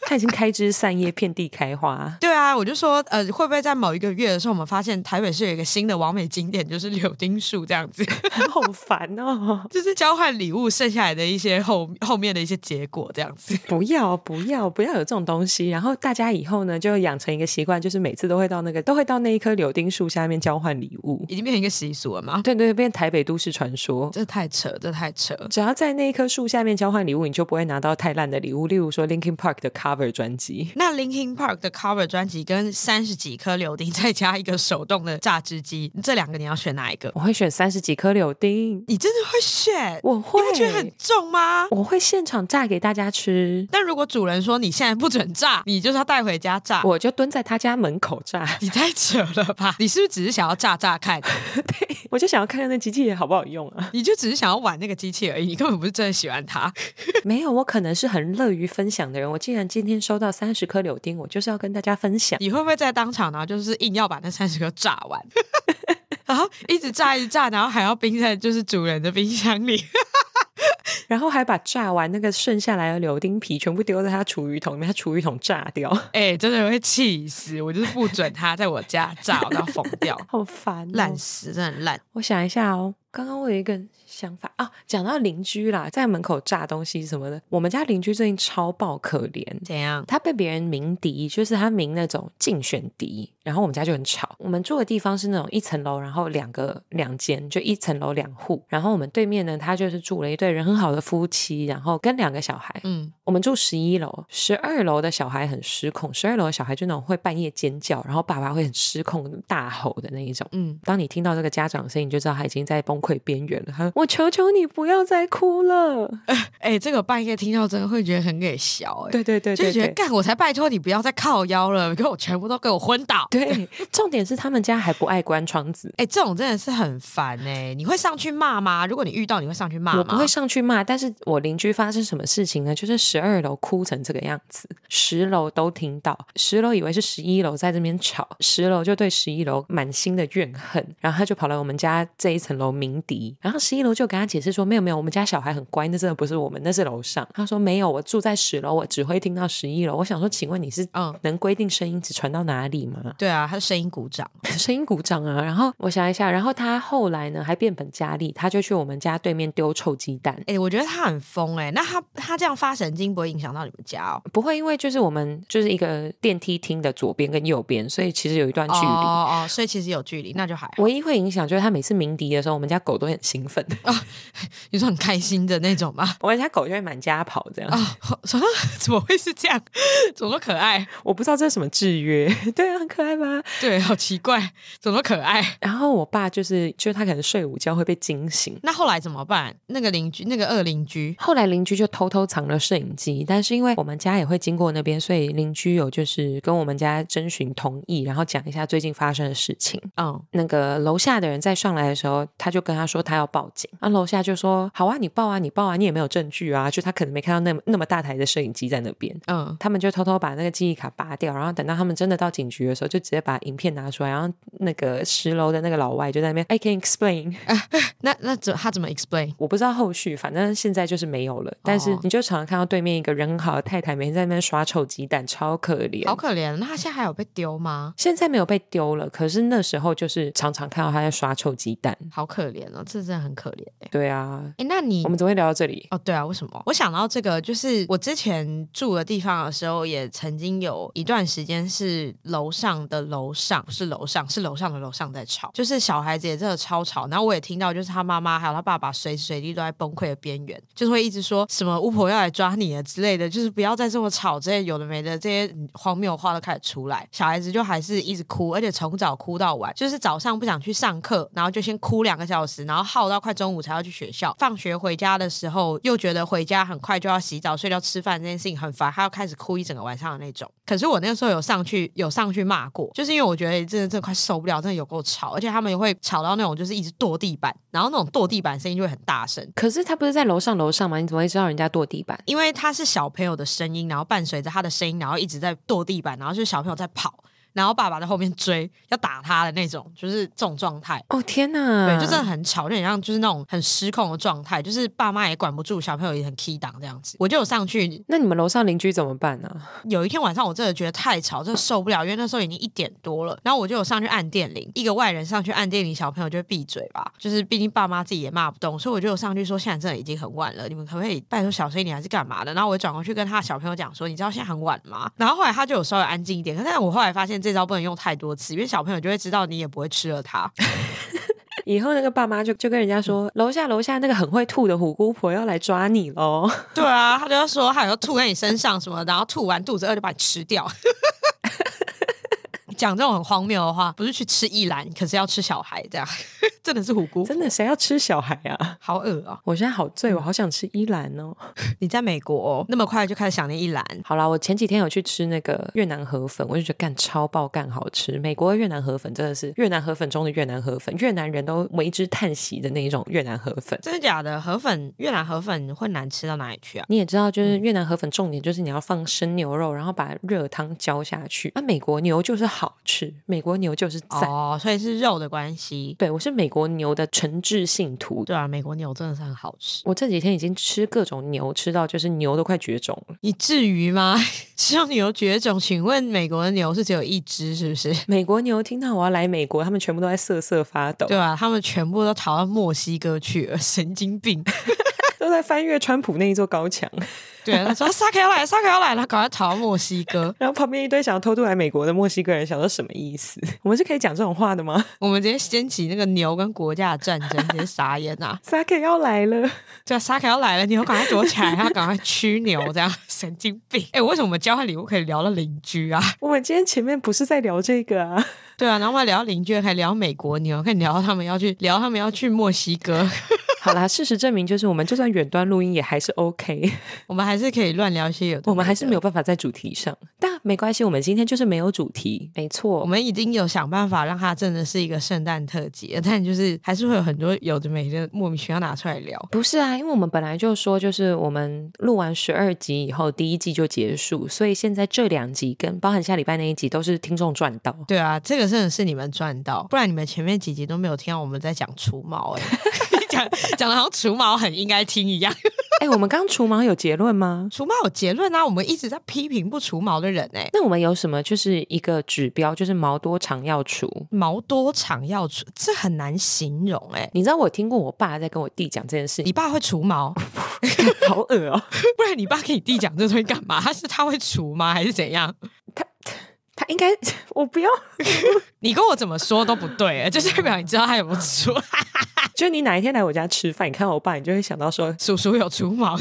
S3: 他已经开枝散叶，遍地开花。
S2: 对啊，我就说，呃，会不会在某一个月的时候，我们发现台北市有一个新的完美景点，就是柳丁树这样子，
S3: 好烦哦！
S2: 就是交换礼物剩下来的一些后后面的一些结果这样子。
S3: 不要不要不要有这种东西。然后大家以后呢，就养成一个习惯，就是每次都会到那个都会到那一棵柳丁树下面交换礼物。
S2: 已经变成一个习俗了吗？
S3: 对对，变台北都市传说。
S2: 这太扯，这太扯。
S3: 只要在那一棵树下面交换礼物，你就不会拿到太烂的礼物。例如说 Linkin Park 的 cover 专辑，
S2: 那 Linkin Park 的 cover 专辑跟三十几颗柳丁再加一个手动的榨汁机，这两个你要选哪一个？
S3: 我会选三十几颗柳丁，
S2: 你真的会选？
S3: 我会
S2: 你不觉得很重吗？
S3: 我会现场炸给大家吃，
S2: 但如果主人说你现在不准炸，你就是要带回家炸。
S3: 我就蹲在他家门口炸，
S2: 你太扯了吧？你是不是只是想要炸炸看？
S3: 我就想要看看那机器人好不好用啊。
S2: 你就只是想要玩那个机器而已，你根本不是真的喜欢它。
S3: 没有，我可能是很乐于分享的人。我既然今天收到三十颗柳丁，我就是要跟大家分享。
S2: 你会不会在当场呢？就是硬要把那三十颗炸完， 然后一直炸一直炸，然后还要冰在就是主人的冰箱里。
S3: 然后还把炸完那个剩下来的柳丁皮全部丢在他厨余桶里面，他厨余桶炸掉，
S2: 哎、真的会气死！我就是不准他在我家炸，我都要疯 掉
S3: ，好烦、哦
S2: 烂死，真的很烂。
S3: 我想一下哦，刚刚我有一个想法啊，讲到邻居啦，在门口炸东西什么的，我们家邻居最近超爆可怜。
S2: 怎样？
S3: 他被别人鸣笛，就是他鸣那种竞选笛，然后我们家就很吵。我们住的地方是那种一层楼，然后两个两间，就一层楼两户。然后我们对面呢，他就是住了一对人很好的夫妻，然后跟两个小孩。
S2: 嗯，
S3: 我们住十一楼，十二楼的小孩很失控，十二楼的小孩就那种会半夜尖叫，然后爸爸会很失控大吼的那一种。
S2: 嗯，
S3: 当你听到这个家长的声音，你就知道他已经在崩溃边缘了。他说：“我求求你不要再哭了。
S2: 哎、这个半夜听到真的会觉得很给笑、哎，
S3: 呃对对对
S2: 就
S3: 对
S2: 觉得
S3: 对。
S2: 干，我才拜托你不要再靠腰了，给我全部都给我昏倒。
S3: 对，重点是他们家还不爱关窗子，
S2: 哎、这种真的是很烦哎、你会上去骂吗？如果你遇到，你会上去骂吗？
S3: 我不会上去骂，但是我邻居发生什么事情呢？就是十二楼哭成这个样子，十楼都听到，十楼以为是十一楼在这边吵，十楼就对十一楼满心的怨恨，然后他就跑来我们家这一层楼鸣笛，然后十一楼就跟他解释说，没有没有，我们家小孩很乖，那真的不是我们，那是楼上。他说没有，我住在十楼，我只会听到十一楼。我想说，请问你是
S2: 嗯
S3: 能规定声音只传到哪里吗？
S2: 对啊，他声音鼓掌，
S3: 声音鼓掌啊！然后我想一下，然后他后来呢还变本加厉，他就去我们家对面丢臭鸡蛋。
S2: 哎、我觉得他很疯哎、那他他这样发神经不会影响到你们家哦？
S3: 不会，因为就是我们就是一个电梯厅的左边跟右边，所以其实有一段距离。
S2: 哦哦，所以其实有距离，那就还好。
S3: 唯一会影响就是他每次鸣笛的时候，我们家狗都很兴奋，
S2: 你说很开心的那种吗？
S3: 我们家狗就会满家跑这样。
S2: 啊、怎么怎么会是这样？ 怎么那么可爱？
S3: 我不知道这是什么制约， 对啊，很可爱吧？
S2: 对，好奇怪，怎么那么可爱？
S3: 然后我爸就是，就是他可能睡午觉会被惊醒。
S2: 那后来怎么办？那个邻居，那个恶邻居，
S3: 后来邻居就偷偷藏了摄影机，但是因为我们家也会经过那边，所以邻居有就是跟我们家征询同意，然后讲一下最近发生的事情。
S2: 嗯，
S3: 那个楼下的人在上来的时候，他就跟他说他要报警，那楼下就说好啊，你报啊，你报啊，你也没有证据啊，就他可能没看到那么那么大台的摄影机在那边。
S2: 嗯，
S3: 他们就偷偷把那个记忆卡拔掉，然后等到他们真的到警局的时候，就直接把影片拿出来，然后那个十楼的那个老外就在那边 I can explain，
S2: 那那怎他怎么 explain？
S3: 我不知道后续，反正现在就是没有了。但
S2: 哦
S3: 是你就常常看到对面一个人很好的太太，每天在那边刷臭鸡蛋，超可怜。
S2: 好可怜，那他现在还有被丢吗？
S3: 现在没有被丢了，可是那时候就是常常看到他在刷臭鸡蛋。
S2: 好可怜哦，这真的很可怜哎、
S3: 对啊，
S2: 哎，那你
S3: 我们怎么会聊到这里？
S2: 哦，对啊，为什么？我想到这个，就是我之前住的地方的时候，也曾经有一段时间是楼上的楼上，不是楼上，是楼上的楼上在吵，就是小孩子也真的超吵。然后我也听到，就是他妈妈还有他爸爸随时随地都在崩溃的边缘，就是会一直说什么巫婆要来抓你了啊之类的，就是不要再这么吵，这些有的没的这些荒谬的话都开始出来。小孩子就还是一直哭，而且从早哭到晚，就是早上不想去上课，然后就先哭两个小时，然后耗到快中午才要去学校。放学回家的时候，又觉得回家很快就要洗澡、睡觉、吃饭这件事情很烦，还要开始哭一整个晚上的那种。可是我那个时候有上去有上去骂过，就是因为我觉得真的真的快受不了，真的有够吵，而且他们也会吵到那种就是一直跺地板，然后那种跺地板声音就会很大声。
S3: 可是他不是在楼上楼上吗？你怎么会知道人家跺地板？
S2: 因为他是小朋友的声音，然后伴随着他的声音，然后一直在跺地板，然后就是小朋友在跑，然后爸爸在后面追，要打他的那种，就是这种状态。
S3: 哦天哪！
S2: 对，就真的很吵，就很像就是那种很失控的状态，就是爸妈也管不住，小朋友也很 key 档这样子。我就有上去，
S3: 那你们楼上邻居怎么办呢、啊？
S2: 有一天晚上我真的觉得太吵，真的受不了，因为那时候已经一点多了，然后我就有上去按电铃，一个外人上去按电铃，小朋友就会闭嘴吧，就是毕竟爸妈自己也骂不动，所以我就有上去说现在真的已经很晚了，你们可不可以拜托小声一点，还是干嘛的？然后我转过去跟他的小朋友讲说，你知道现在很晚吗？然后后来他就有稍微安静一点，可是我后来发现这招不能用太多次，因为小朋友就会知道你也不会吃了他。
S3: 以后那个爸妈就就跟人家说，楼下楼下那个很会吐的虎姑婆要来抓你喽。
S2: 对啊，他就要说，还有吐在你身上什么的，然后吐完肚子饿就把你吃 掉。讲这种很荒谬的话，不是去吃一兰，可是要吃小孩，这样 真的是虎姑，
S3: 真的，谁要吃小孩啊？嗯
S2: 好恶哦、
S3: 我现在好醉，我好想吃依兰哦。
S2: 你在美国、哦那么快就开始想念一兰，
S3: 好啦，我前几天有去吃那个越南河粉，我就觉得干超爆干好吃。美国的越南河粉真的是越南河粉中的越南河粉，越南人都为之叹息的那一种越南河粉。
S2: 真的假的？河粉越南河粉会难吃到哪里去啊？
S3: 你也知道，就是越南河粉重点就是你要放生牛肉，然后把热汤浇下去。那、美国牛就是好吃，美国牛就是赞。
S2: 哦，所以是肉的关系。
S3: 对我是美国牛的诚挚信徒，
S2: 对啊，美国牛真的是很好吃。
S3: 我这几天已经吃各种牛，吃到就是牛都快绝种了。
S2: 你至于吗？ 吃到牛绝种？请问美国的牛是只有一只是不是？
S3: 美国牛听到我要来美国，他们全部都在瑟瑟发抖，
S2: 对啊，他们全部都逃到墨西哥去了，神经病。
S3: 都在翻越川普那一座高墙。
S2: 对，他说沙克要来，沙克要来了，赶快逃到墨西哥。
S3: 然后旁边一堆想要偷渡来美国的墨西哥人，想说什么意思？ 我们是可以讲这种话的吗？
S2: 我们直接掀起那个牛跟国家的战争，直接傻眼 啊！
S3: 萨 K 要来了，
S2: 对啊，沙凯要来了，你要赶快躲起来，要赶快驱牛，这样神经病！哎、为什么我们交换礼物可以聊到邻居啊？
S3: 我们今天前面不是在聊这个啊？
S2: 对啊，然后我们聊邻居，还聊美国牛，可以聊到他们要去聊他们要去墨西 哥，
S3: 好啦，事实证明，就是我们就算远端录音也还是 OK，
S2: 我们还是可以乱聊一些有的没的
S3: 我们还是没有办法在主题上，但没关系，我们今天就是没有主题，没
S2: 我
S3: 错。
S2: 们已经有想办法让它真的是一个圣诞特辑，但就是还是会有很多有的没的莫名其妙拿出来聊。
S3: 不是啊，因为我们本来就说，就是我们录完十二集以后，第一季就结束，所以现在这两集跟包含下礼拜那一集都是听众赚到。
S2: 对啊，这个真的是你们赚到，不然你们前面几集都没有听到我们在讲除毛、欸， 哎，讲讲的好像除毛很应该听一样。
S3: 哎、我们刚除毛有结论吗？
S2: 除毛有结论啊，我们一直在批评不除毛的人哎、
S3: 那我们有什么就是一个指标，就是毛多长要除？
S2: 毛多长要除，这很难形容哎、
S3: 你知道我听过我爸在跟我弟讲这件事
S2: 你
S3: 情，
S2: 爸会除毛，
S3: 好恶哦、
S2: 不然你爸跟你弟讲这东西干嘛？他是他会除吗，还是怎样？
S3: 他应该 我不要，
S2: 你跟我怎么说都不对、欸，就是代表你知道他有没有除，
S3: 就你哪一天来我家吃饭，你看到我爸，你就会想到说
S2: 叔叔有除毛。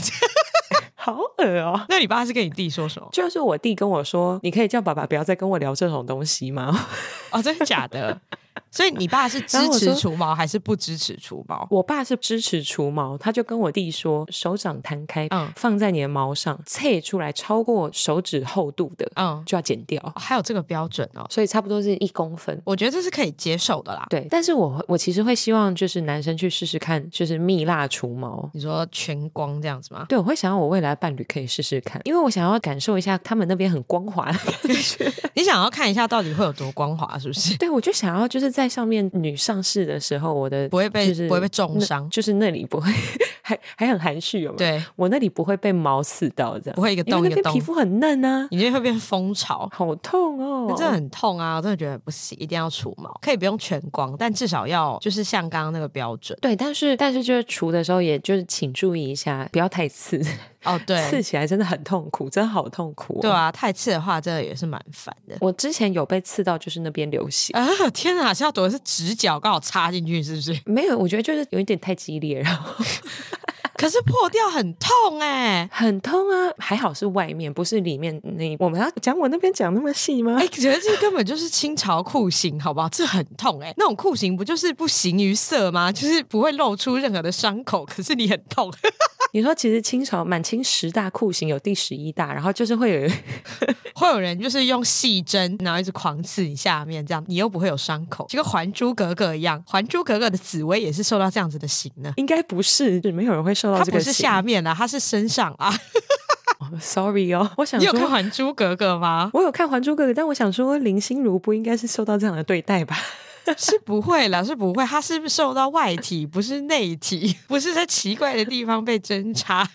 S3: 好恶哦、
S2: 那你爸是跟你弟说什么？
S3: 就是我弟跟我说，你可以叫爸爸不要再跟我聊这种东西吗？
S2: 哦，真的假的？ 所以你爸是支
S3: 然后我
S2: 持
S3: 说
S2: 除毛还是不支持除毛？
S3: 我爸是支持除毛，他就跟我弟说，手掌摊开，
S2: 嗯
S3: 放在你的毛上，切出来超过手指厚度的，
S2: 嗯
S3: 就要剪掉
S2: 哦，，还有这个标准哦，
S3: 所以差不多是一公分。
S2: 我觉得这是可以接受的啦。
S3: 对，但是我我其实会希望就是男生去试试看，就是蜜蜡除毛。
S2: 你说全光这样子吗？
S3: 对，我会想要我未来的伴侣可以试试看，因为我想要感受一下他们那边很光滑的感觉。
S2: 你想要看一下到底会有多光滑，是不是？
S3: 对，我就想要就是在上面女上市的时候，我的
S2: 不会被
S3: 就是
S2: 不会被重
S3: 那
S2: 伤
S3: 就是那里不会还还很含蓄，有没有？
S2: 对，
S3: 我那里不会被毛刺到，这样
S2: 不会一个
S3: 因
S2: 洞
S3: 为
S2: 一
S3: 那
S2: 个
S3: 边
S2: 洞
S3: 皮，肤很嫩啊，
S2: 你就会变蜂巢。
S3: 好痛哦，
S2: 那真的很痛啊！我真的觉得不行，一定要除毛，可以不用全光，但至少要就是像刚刚那个标准
S3: 对，但是但是就是除的时候，也就是请注意一下，不要太刺，
S2: 哦。
S3: 刺
S2: 对
S3: 起来真的很痛苦，真的好痛苦、哦
S2: 对，啊，太刺的话，真的也是蛮烦的。
S3: 我之前有被刺到，就是那边流血。
S2: 啊！天哪，是要躲的是直角刚好插进去，是不 是？
S3: 没有，我觉得就是有一点太激烈，然后
S2: 可是破掉很痛哎、
S3: 很痛啊。还好是外面，不是里面那。我们要讲我那边讲那么细吗？
S2: 哎、觉得这根本就是清朝酷刑，好不好？这很痛哎、那种酷刑不就是不形于色吗？就是不会露出任何的伤口，可是你很痛。
S3: 你说其实清朝满清十大酷刑有第十一大，然后就是会有人
S2: 会有人就是用细针，然后一直狂刺你下面，这样你又不会有伤口，就跟《还珠格格》一样，《还珠格格》的紫薇也是受到这样子的刑呢。
S3: 应该不是，就没有人会受到
S2: 它
S3: 这
S2: 不
S3: 个
S2: 是
S3: 刑
S2: 下面啊，它是身上啊。
S3: 哦 Sorry 哦， 我想
S2: 你有看《
S3: 说。
S2: 还珠格格》 吗？
S3: 我有看《还珠格格》，但我想说林心如不应该是受到这样的对待吧？
S2: 是不会啦，是不会，它是受到外体，不是内体， 不是在奇怪的地方被针插。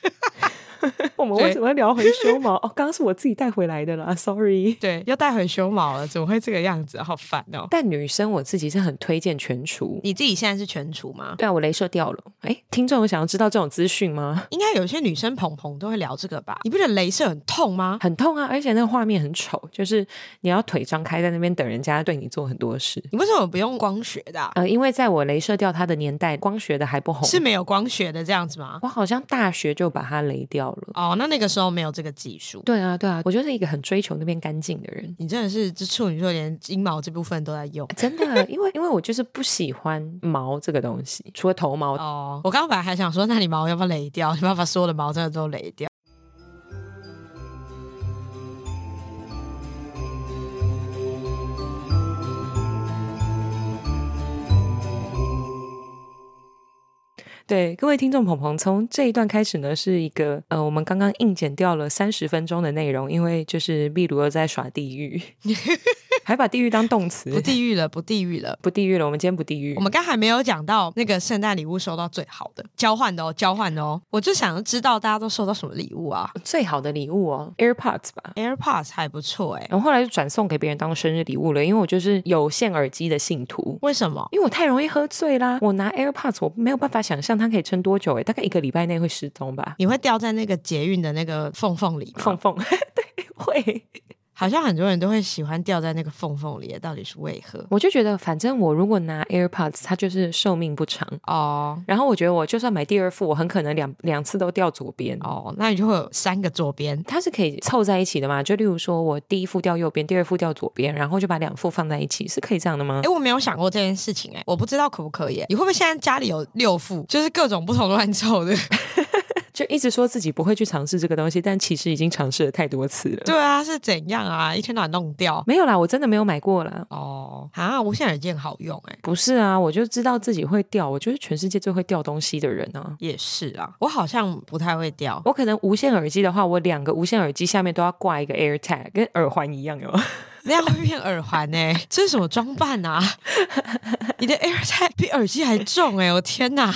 S3: 我们
S2: 对
S3: 为什么要聊回修毛？哦，刚刚是我自己带回来的啦，sorry。
S2: 对，又带回修毛了，怎么会这个样子？好烦哦！
S3: 但女生我自己是很推荐全除。
S2: 你自己现在是全除吗？
S3: 对啊，我镭射掉了。哎，听众有想要知道这种资讯吗？
S2: 应该有些女生朋朋都会聊这个吧？你不觉得镭射很痛吗？
S3: 很痛啊，而且那个画面很丑，就是你要腿张开在那边等人家对你做很多事。
S2: 你为什么不用光学的啊、
S3: 呃，因为在我镭射掉它的年代，光学的还不红。
S2: 是没有光学的这样子吗？
S3: 我好像大学就把它雷掉了。
S2: 哦，那那个时候没有这个技术。
S3: 对啊，对啊，我就是一个很追求那边干净的人。
S2: 你真的是这处女座，连阴毛这部分都在用。
S3: 真的，因为因为我就是不喜欢毛这个东西，除了头毛，
S2: 哦，我刚刚本来还想说，那你毛要不要雷掉？你要不要把所有的毛真的都雷掉？
S3: 对各位听众鹏鹏，从这一段开始呢，是一个呃，我们刚刚硬剪掉了三十分钟的内容，因为就是秘鲁又在耍地 狱，还把地狱当动词，
S2: 不地狱了，不地狱了。
S3: 不地狱了，我们今天不地狱
S2: 我。们刚还没有讲到那个圣诞礼物收到最好的交换的哦，交换的哦。我就想知道大家都收到什么礼物啊
S3: 最好的礼物哦，AirPods 吧。
S2: ？AirPods 还不错哎、
S3: 然后后来就转送给别人当生日礼物了，因为我就是有线耳机的信徒，
S2: 为什么？
S3: 因为我太容易喝醉啦。我拿 AirPods，我没有办法想象它可以撑多久欸诶，大概一个礼拜内会失踪吧。
S2: 你会掉在那个捷运的那个缝缝里吗？
S3: 凤凤， 对，会。
S2: 好像很多人都会喜欢掉在那个缝缝里，到底是为何？
S3: 我就觉得，反正我如果拿 AirPods，它就是寿命不长。
S2: 哦
S3: 然后我觉得我就算买第二副，我很可能两两次都掉左边。
S2: 哦，那你就会有三个左边。
S3: 它是可以凑在一起的嘛？就例如说我第一副掉右边，第二副掉左边，然后就把两副放在一起，是可以这样的吗
S2: 哎、？我没有想过这件事情、哎，我不知道可不可以、哎你会不会现在家里有六副，就是各种不同乱凑的？
S3: 就一直说自己不会去尝试这个东西，但其实已经尝试了太多次了。
S2: 对啊，是怎样啊？一天到晚弄掉。
S3: 没有啦，我真的没有买过啦。
S2: 哦，啊，无线耳机很好用、哎，
S3: 不是啊，我就知道自己会掉，我就是全世界最会掉东西的人啊。
S2: 也是啊，我好像不太会掉。
S3: 我可能无线耳机的话，我两个无线耳机下面都要挂一个 AirTag，跟耳环一样哦。
S2: 那样会变耳环呢、 这是什么装扮啊？你的 AirTag 比耳机还重哎、我天哪，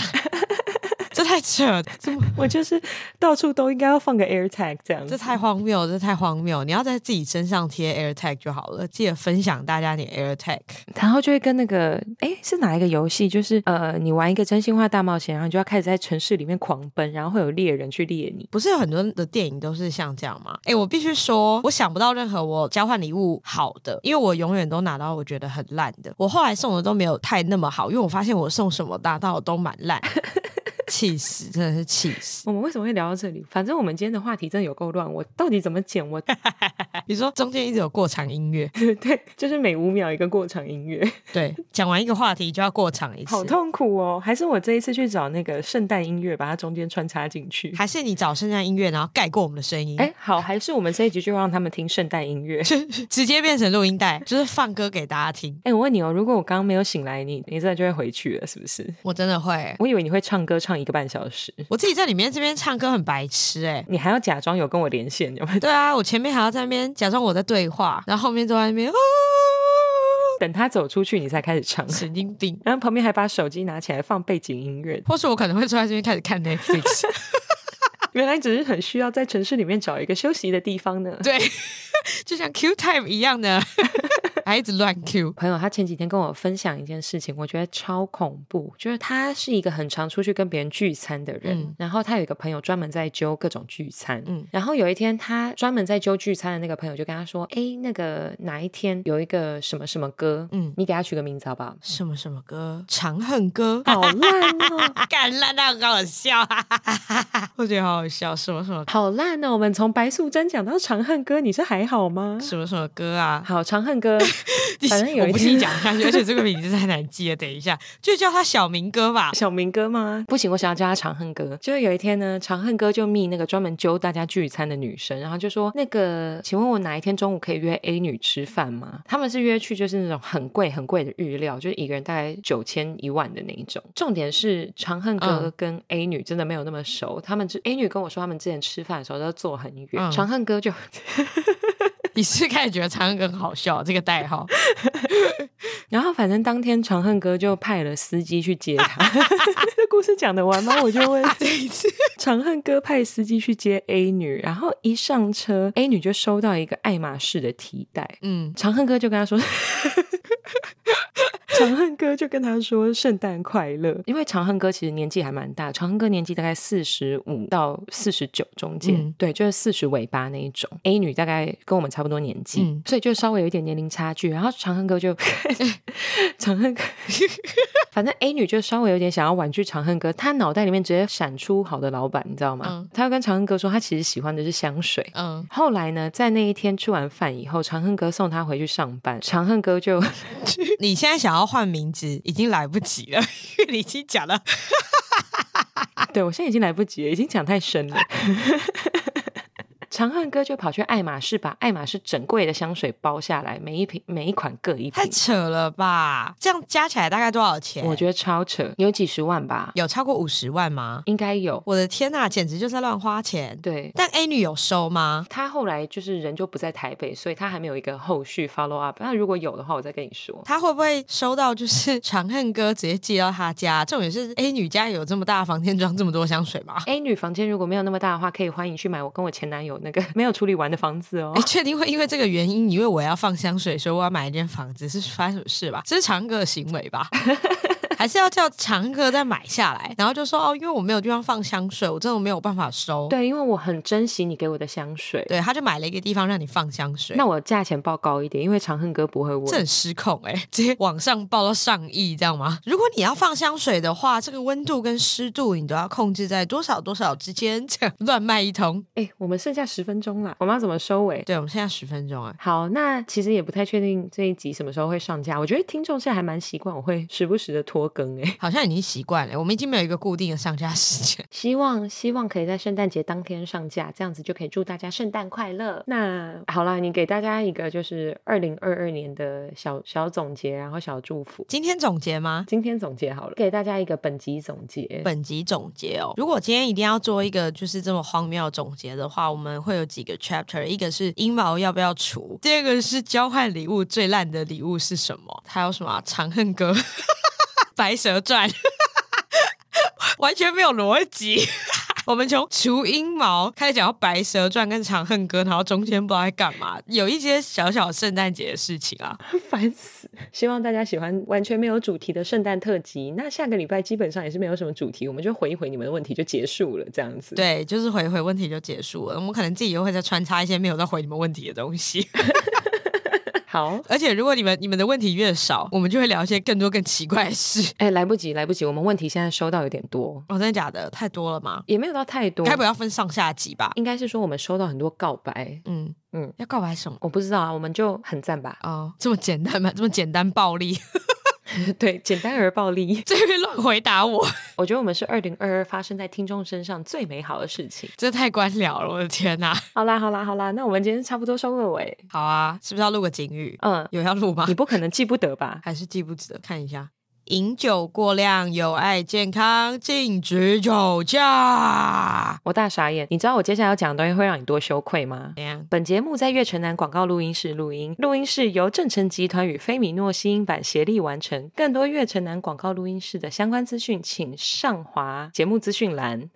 S2: 这太扯了，这么
S3: 我就是到处都应该要放个 AirTag 这样子。
S2: 这太荒谬，这太荒谬！你要在自己身上贴 AirTag 就好了，记得分享大家你 AirTag。
S3: 然后就会跟那个，哎，是哪一个游戏？就是呃，你玩一个真心话大冒险，然后你就要开始在城市里面狂奔，然后会有猎人去猎你。
S2: 不是有很多的电影都是像这样吗？哎、我必须说，我想不到任何我交换礼物好的，因为我永远都拿到我觉得很烂的。我后来送的都没有太那么好，因为我发现我送什么拿到的都蛮烂， 气死，真的是气死！
S3: 我们为什么会聊到这里？反正我们今天的话题真的有够乱，我到底怎么剪？我
S2: 比如说中间一直有过场音乐，
S3: 对，就是每五秒一个过场音乐，
S2: 对，讲完一个话题就要过场一次，
S3: 好痛苦哦。还是我这一次去找那个圣诞音乐，把它中间穿插进去。
S2: 还是你找圣诞音乐，然后盖过我们的声音，
S3: 哎，好，还是我们这一集就让他们听圣诞音乐。
S2: 直接变成录音带，就是放歌给大家听。
S3: 哎，我问你哦，如果我刚刚没有醒来，你你现在就会回去了，是不是？
S2: 我真的会，
S3: 我以为你会唱歌唱一个半小时，
S2: 我自己在里面这边唱歌很白痴 哎、
S3: 你还要假装有跟我连线，有没有？
S2: 啊 对啊，我前面还要在那边假装我在对话，然后后面都在那边。哦
S3: 等他走出去，你才开始唱。
S2: 神经病。
S3: 然后旁边还把手机拿起来放背景音乐，
S2: 或是我可能会坐在这边开始看 Netflix。
S3: 原来只是很需要在城市里面找一个休息的地方呢。
S2: 对，就像 Q time 一样的， 还一直乱 Q。
S3: 朋友他前几天跟我分享一件事情，我觉得超恐怖，就是他是一个很常出去跟别人聚餐的人，
S2: 嗯
S3: 然后他有一个朋友专门在揪各种聚餐，
S2: 嗯
S3: 然后有一天他专门在揪聚餐的那个朋友就跟他说，哎，那个哪一天有一个什么什么歌，
S2: 嗯
S3: 你给他取个名字好不好？
S2: 什么什么歌？长恨 歌。
S3: 好烂哦，
S2: 干烂到很好笑， 我觉得好好笑。什么什 么
S3: 好烂哦！我们从白素贞讲到长恨歌，你是还好吗？
S2: 什么什么歌啊？
S3: 好，长恨 歌，反正有
S2: 我
S3: 一
S2: 不信
S3: 天
S2: 讲下 去，而且这个名字太难记了。等一下，就叫他小明哥吧。
S3: 小明哥吗？不行，我想要叫他长恨哥。就是有一天呢，长恨哥就密那个专门揪大家聚餐的女生，然后就说：“那个，请问我哪一天中午可以约 A 女吃饭吗？”他们是约去就是那种很贵很贵的日料，就是一个人大概九千一万的那一种。重点是长恨哥
S2: 嗯
S3: 跟 A 女真的没有那么熟，他们是 A 女跟我说他们之前吃饭的时候都坐很远，
S2: 嗯
S3: 长恨哥就
S2: 你是不是开始觉得长恨歌很好笑这个代 号？
S3: 然后反正当天长恨哥就派了司机去接他。 这故事讲得完吗？我就问这一次， 长恨哥派司机去接 A 女，然后一上车，A 女就收到一个爱马仕的提袋，
S2: 嗯，
S3: 长恨哥就跟他说。 长恨哥就跟他说圣诞快乐，因为长恨哥其实年纪还蛮大，长恨哥年纪大概四十五到四十九中间，
S2: 嗯
S3: 对，就是四十尾巴那一种。A 女大概跟我们差不多年纪，
S2: 嗯
S3: 所以就稍微有一点年龄差距。然后长恨哥 就长恨哥，反正 A 女就稍微有点想要婉拒长恨哥，她脑袋里面直接闪出好的老板，你知道吗？
S2: 嗯
S3: 她要跟长恨哥说，她其实喜欢的是香水。
S2: 嗯，
S3: 后来呢，在那一天吃完饭以后，长恨哥送她回去上班，长恨 哥就
S2: 你现在想要换名字已经来不及了， 因为你已经讲了。
S3: 对我现在已经来不及了，已经讲太深了。 长恨哥就跑去爱马仕，把爱马仕整柜的香水包下来，每一瓶每一款各一瓶
S2: 太，扯了吧！这样加起来大概多少钱？
S3: 我觉得超扯，有几十万吧，
S2: 有超过五十万吗？
S3: 应该有。
S2: 我的天呐、简直就在乱花钱。
S3: 对，
S2: 但 A 女有收吗？
S3: 他后来就是人就不在台北，所以他还没有一个后续 follow up。那如果有的话，我再跟你说。
S2: 她会不会收到就是 长恨歌直接寄到她家？重点是 A 女家有这么大的房间装这么多香水吗？
S3: A 女房间如果没有那么大的话，可以欢迎去买我跟我前男友那个 没有处理完的房子哦
S2: 哎，。确定会因为这个原因，因为我要放香水，所以我要买一间房子，是发生什么事吧？这是长哥的行为 吧？还是要叫长哥再买下来，然后就说哦，因为我没有地方放香水，我真的没有办法收。
S3: 对，因为我很珍惜你给我的香水，
S2: 对，他就买了一个地方让你放香水。
S3: 那我价钱报高一点，因为长恨哥不会
S2: 这
S3: 问
S2: 很。失控哎、直接往上报到上亿，这样吗？ 如果你要放香水的话，这个温度跟湿度你都要控制在多少多少之间，这样乱卖一通。
S3: 哎、我们剩下十分钟啦，我们要怎么收尾？
S2: 对，我们现在十分钟啊，
S3: 好，那其实也不太确定这一集什么时候会上架。我觉得听众现在还蛮习惯，我会时不时的拖更 哎、
S2: 好像已经习惯了，我们已经没有一个固定的上架时 间。
S3: 希望希望可以在圣诞节当天上架，这样子就可以祝大家圣诞快乐。那好啦，你给大家一个就是二零二二年的小小总结，然后小祝福。
S2: 今天总结吗？
S3: 今天总结好了，给大家一个本集总结。
S2: 本集总结哦。如果今天一定要做一个就是这么荒谬的总结的话，我们会有几个 chapter，一个是阴毛要不要除，第二个是交换礼物最烂的礼物是什么，还有什么啊、长恨歌》 《白蛇传》完全没有逻辑。 我们从除阴毛开始讲到《白蛇传》跟《长恨歌》，然后中间不知道在干嘛，有一些小小圣诞节的事情啊。
S3: 烦死！ 希望大家喜欢完全没有主题的圣诞特辑。那下个礼拜基本上也是没有什么主题，我们就回一回你们的问题就结束了，这样子。，
S2: 对，就是回回问题就结束了。我们可能自己又会再穿插一些没有在回你们问题的东西。
S3: 好。
S2: 而且如果你们你们的问题越少，我们就会聊一些更多更奇怪的事。
S3: 哎，来不及，来不及，我们问题现在收到有点多，
S2: 哦，真的假的？太多了吗？
S3: 也没有到太多，
S2: 该不要分上下集吧？
S3: 应该是说我们收到很多告白，
S2: 嗯
S3: 嗯
S2: 嗯，要告白什么？。
S3: 我不知道啊，我们就很赞吧
S2: 哦，这么简单吗？这么简单暴力，
S3: 对，简单而暴力。
S2: 这边乱回答我，
S3: 我觉得我们是二零二二发生在听众身上最美好的事情。
S2: 这太官僚了，我的天哪、
S3: 好啦，好啦，好啦，那我们今天差不多收个尾。
S2: 好啊，是不是要录个警语？
S3: 嗯，
S2: 有要录吗
S3: 你？不可能记不得吧？
S2: 还是记不记得？看一下。饮酒过量有害健康，禁止酒驾。
S3: 我大傻眼，你知道我接下来要讲的东西会让你多羞愧吗？
S2: 怎样？
S3: 本节目在月城南广告录音室录音，录音室由正成集团与菲米诺吸音版协力完成。更多月城南广告录音室的相关资讯，请上滑节目资讯栏。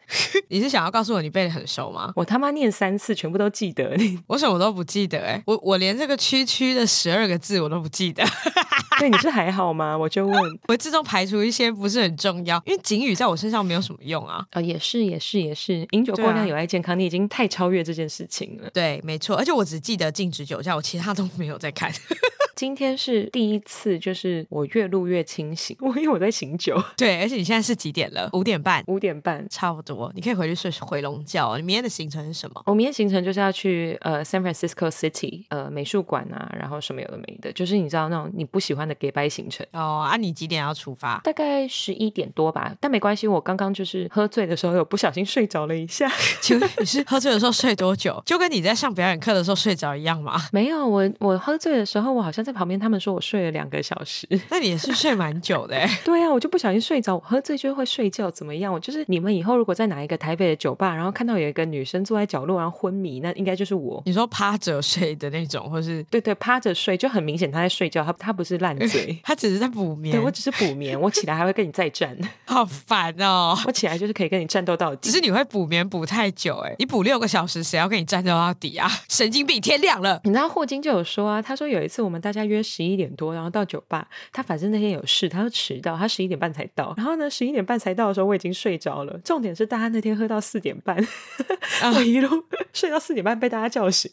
S2: 你是想要告诉我你背得很熟吗？
S3: 我他妈念三次，全部都记得。
S2: 我什么都不记得哎、我我连这个区区的十二个字我都不记得。
S3: 对， 你是还好吗？我就问。
S2: 我会自动排除一些不是很重要，因为警语在我身上没有什么用啊。
S3: 啊、也是，也是，也是，饮酒过
S2: 对
S3: 量
S2: 啊
S3: 有害健康，你已经太超越这件事情了。
S2: 对，没错，而且我只记得禁止酒驾，我其他都没有在看。
S3: 啊今天是第一次，就是我越录越清醒， 我因为我在醒酒，
S2: 对，而且你现在是几点了？五点半，
S3: 五点半。
S2: 差不多，你可以回去睡回笼觉哦。你明天的行程是什么？
S3: 我明天行程就是要去呃 San Francisco City 呃美术馆啊，然后什么有的没的，就是你知道那种你不喜欢的 gay bye 行程。
S2: 哦，啊，你几点要出发？
S3: 大概十一点多吧，但没关系，我刚刚就是喝醉的时候有不小心睡着了一下。
S2: 请问你是喝醉的时候睡多久？就跟你在上表演课的时候睡着一样吗？
S3: 没有，我我喝醉的时候，我好像在旁边，他们说我睡了两个小时。
S2: 那你也是睡蛮久的、欸。
S3: 对啊，我就不小心睡着，我喝醉就会睡觉，怎么样？我就是你们以后如果在哪一个台北的酒吧，然后看到有一个女生坐在角落，然后昏迷，那应该就是我。
S2: 你说趴着睡的那种，或是。
S3: 对对，趴着睡就很明显她在睡觉，她她不是烂醉
S2: 他只是在补眠
S3: 对，我只是补眠，我起来还会跟你再战，
S2: 好烦哦。
S3: 我起来就是可以跟你战斗到
S2: 只。
S3: 底
S2: 是你会补眠补太久、欸，你补六个小时，谁要跟你战斗到底啊？ 神经病，天亮了。
S3: 你知道霍金就有说啊，他说有一次我们大家约十一点多，然后到酒吧，他反正那天有事，他就迟到，他十一点半才到。然后呢，十一点半才到的时候，我已经睡着了。重点是大家那天喝到四点半， 我一路睡到四点半被大家叫醒。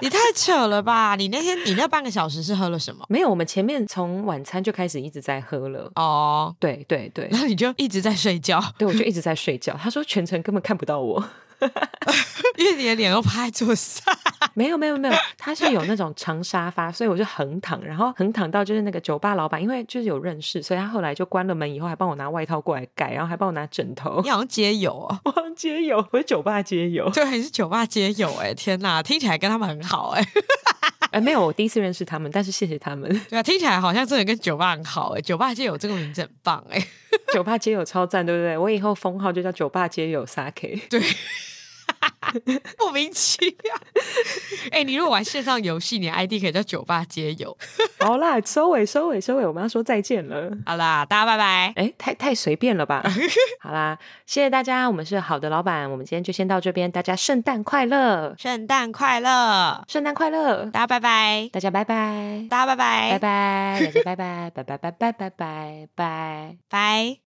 S2: 你太扯了吧！你那天你那半个小时是喝了什么？
S3: 没有，我们前面从晚餐就开始一直在喝了。
S2: 哦，
S3: 对对对
S2: 然后你就一直在睡觉，
S3: 对，我就一直在睡觉。他说全程根本看不到我。
S2: 因为你的脸都趴在桌上。
S3: 没有没有没有，他是有那种长沙发，所以我就横躺，然后横躺到就是那个酒吧老板，因为就是有认识，所以他后来就关了门以后还帮我拿外套过来盖，然后还帮我拿枕头
S2: 你。好像街友哦，
S3: 我好像街友，我是酒吧街友。
S2: 对，你是酒吧街友哎、天哪，听起来跟他们很好哎、
S3: 哎，没有，我第一次认识他们，但是谢谢他们。
S2: 对啊，听起来好像真的跟酒吧很好哎、酒吧街友这个名字很棒哎、
S3: 酒吧街友超赞，对不对？我以后封号就叫酒吧街友 Sake。
S2: 对。 莫名其 妙，哎、你如果玩线上游戏，你的 ID 可以叫酒吧街友。
S3: 好啦，收尾收尾收尾，我们要说再见了。
S2: 好啦，大家拜拜。
S3: 哎，太太随便了 吧？好啦，谢谢大家，我们是好的老板，我们今天就先到这边，大家圣诞快乐，
S2: 圣诞快乐，
S3: 圣诞快乐，
S2: 大家拜拜，
S3: 大家拜拜，
S2: 大家拜拜，
S3: 拜拜，大家拜拜，拜拜拜拜拜拜拜。
S2: 拜。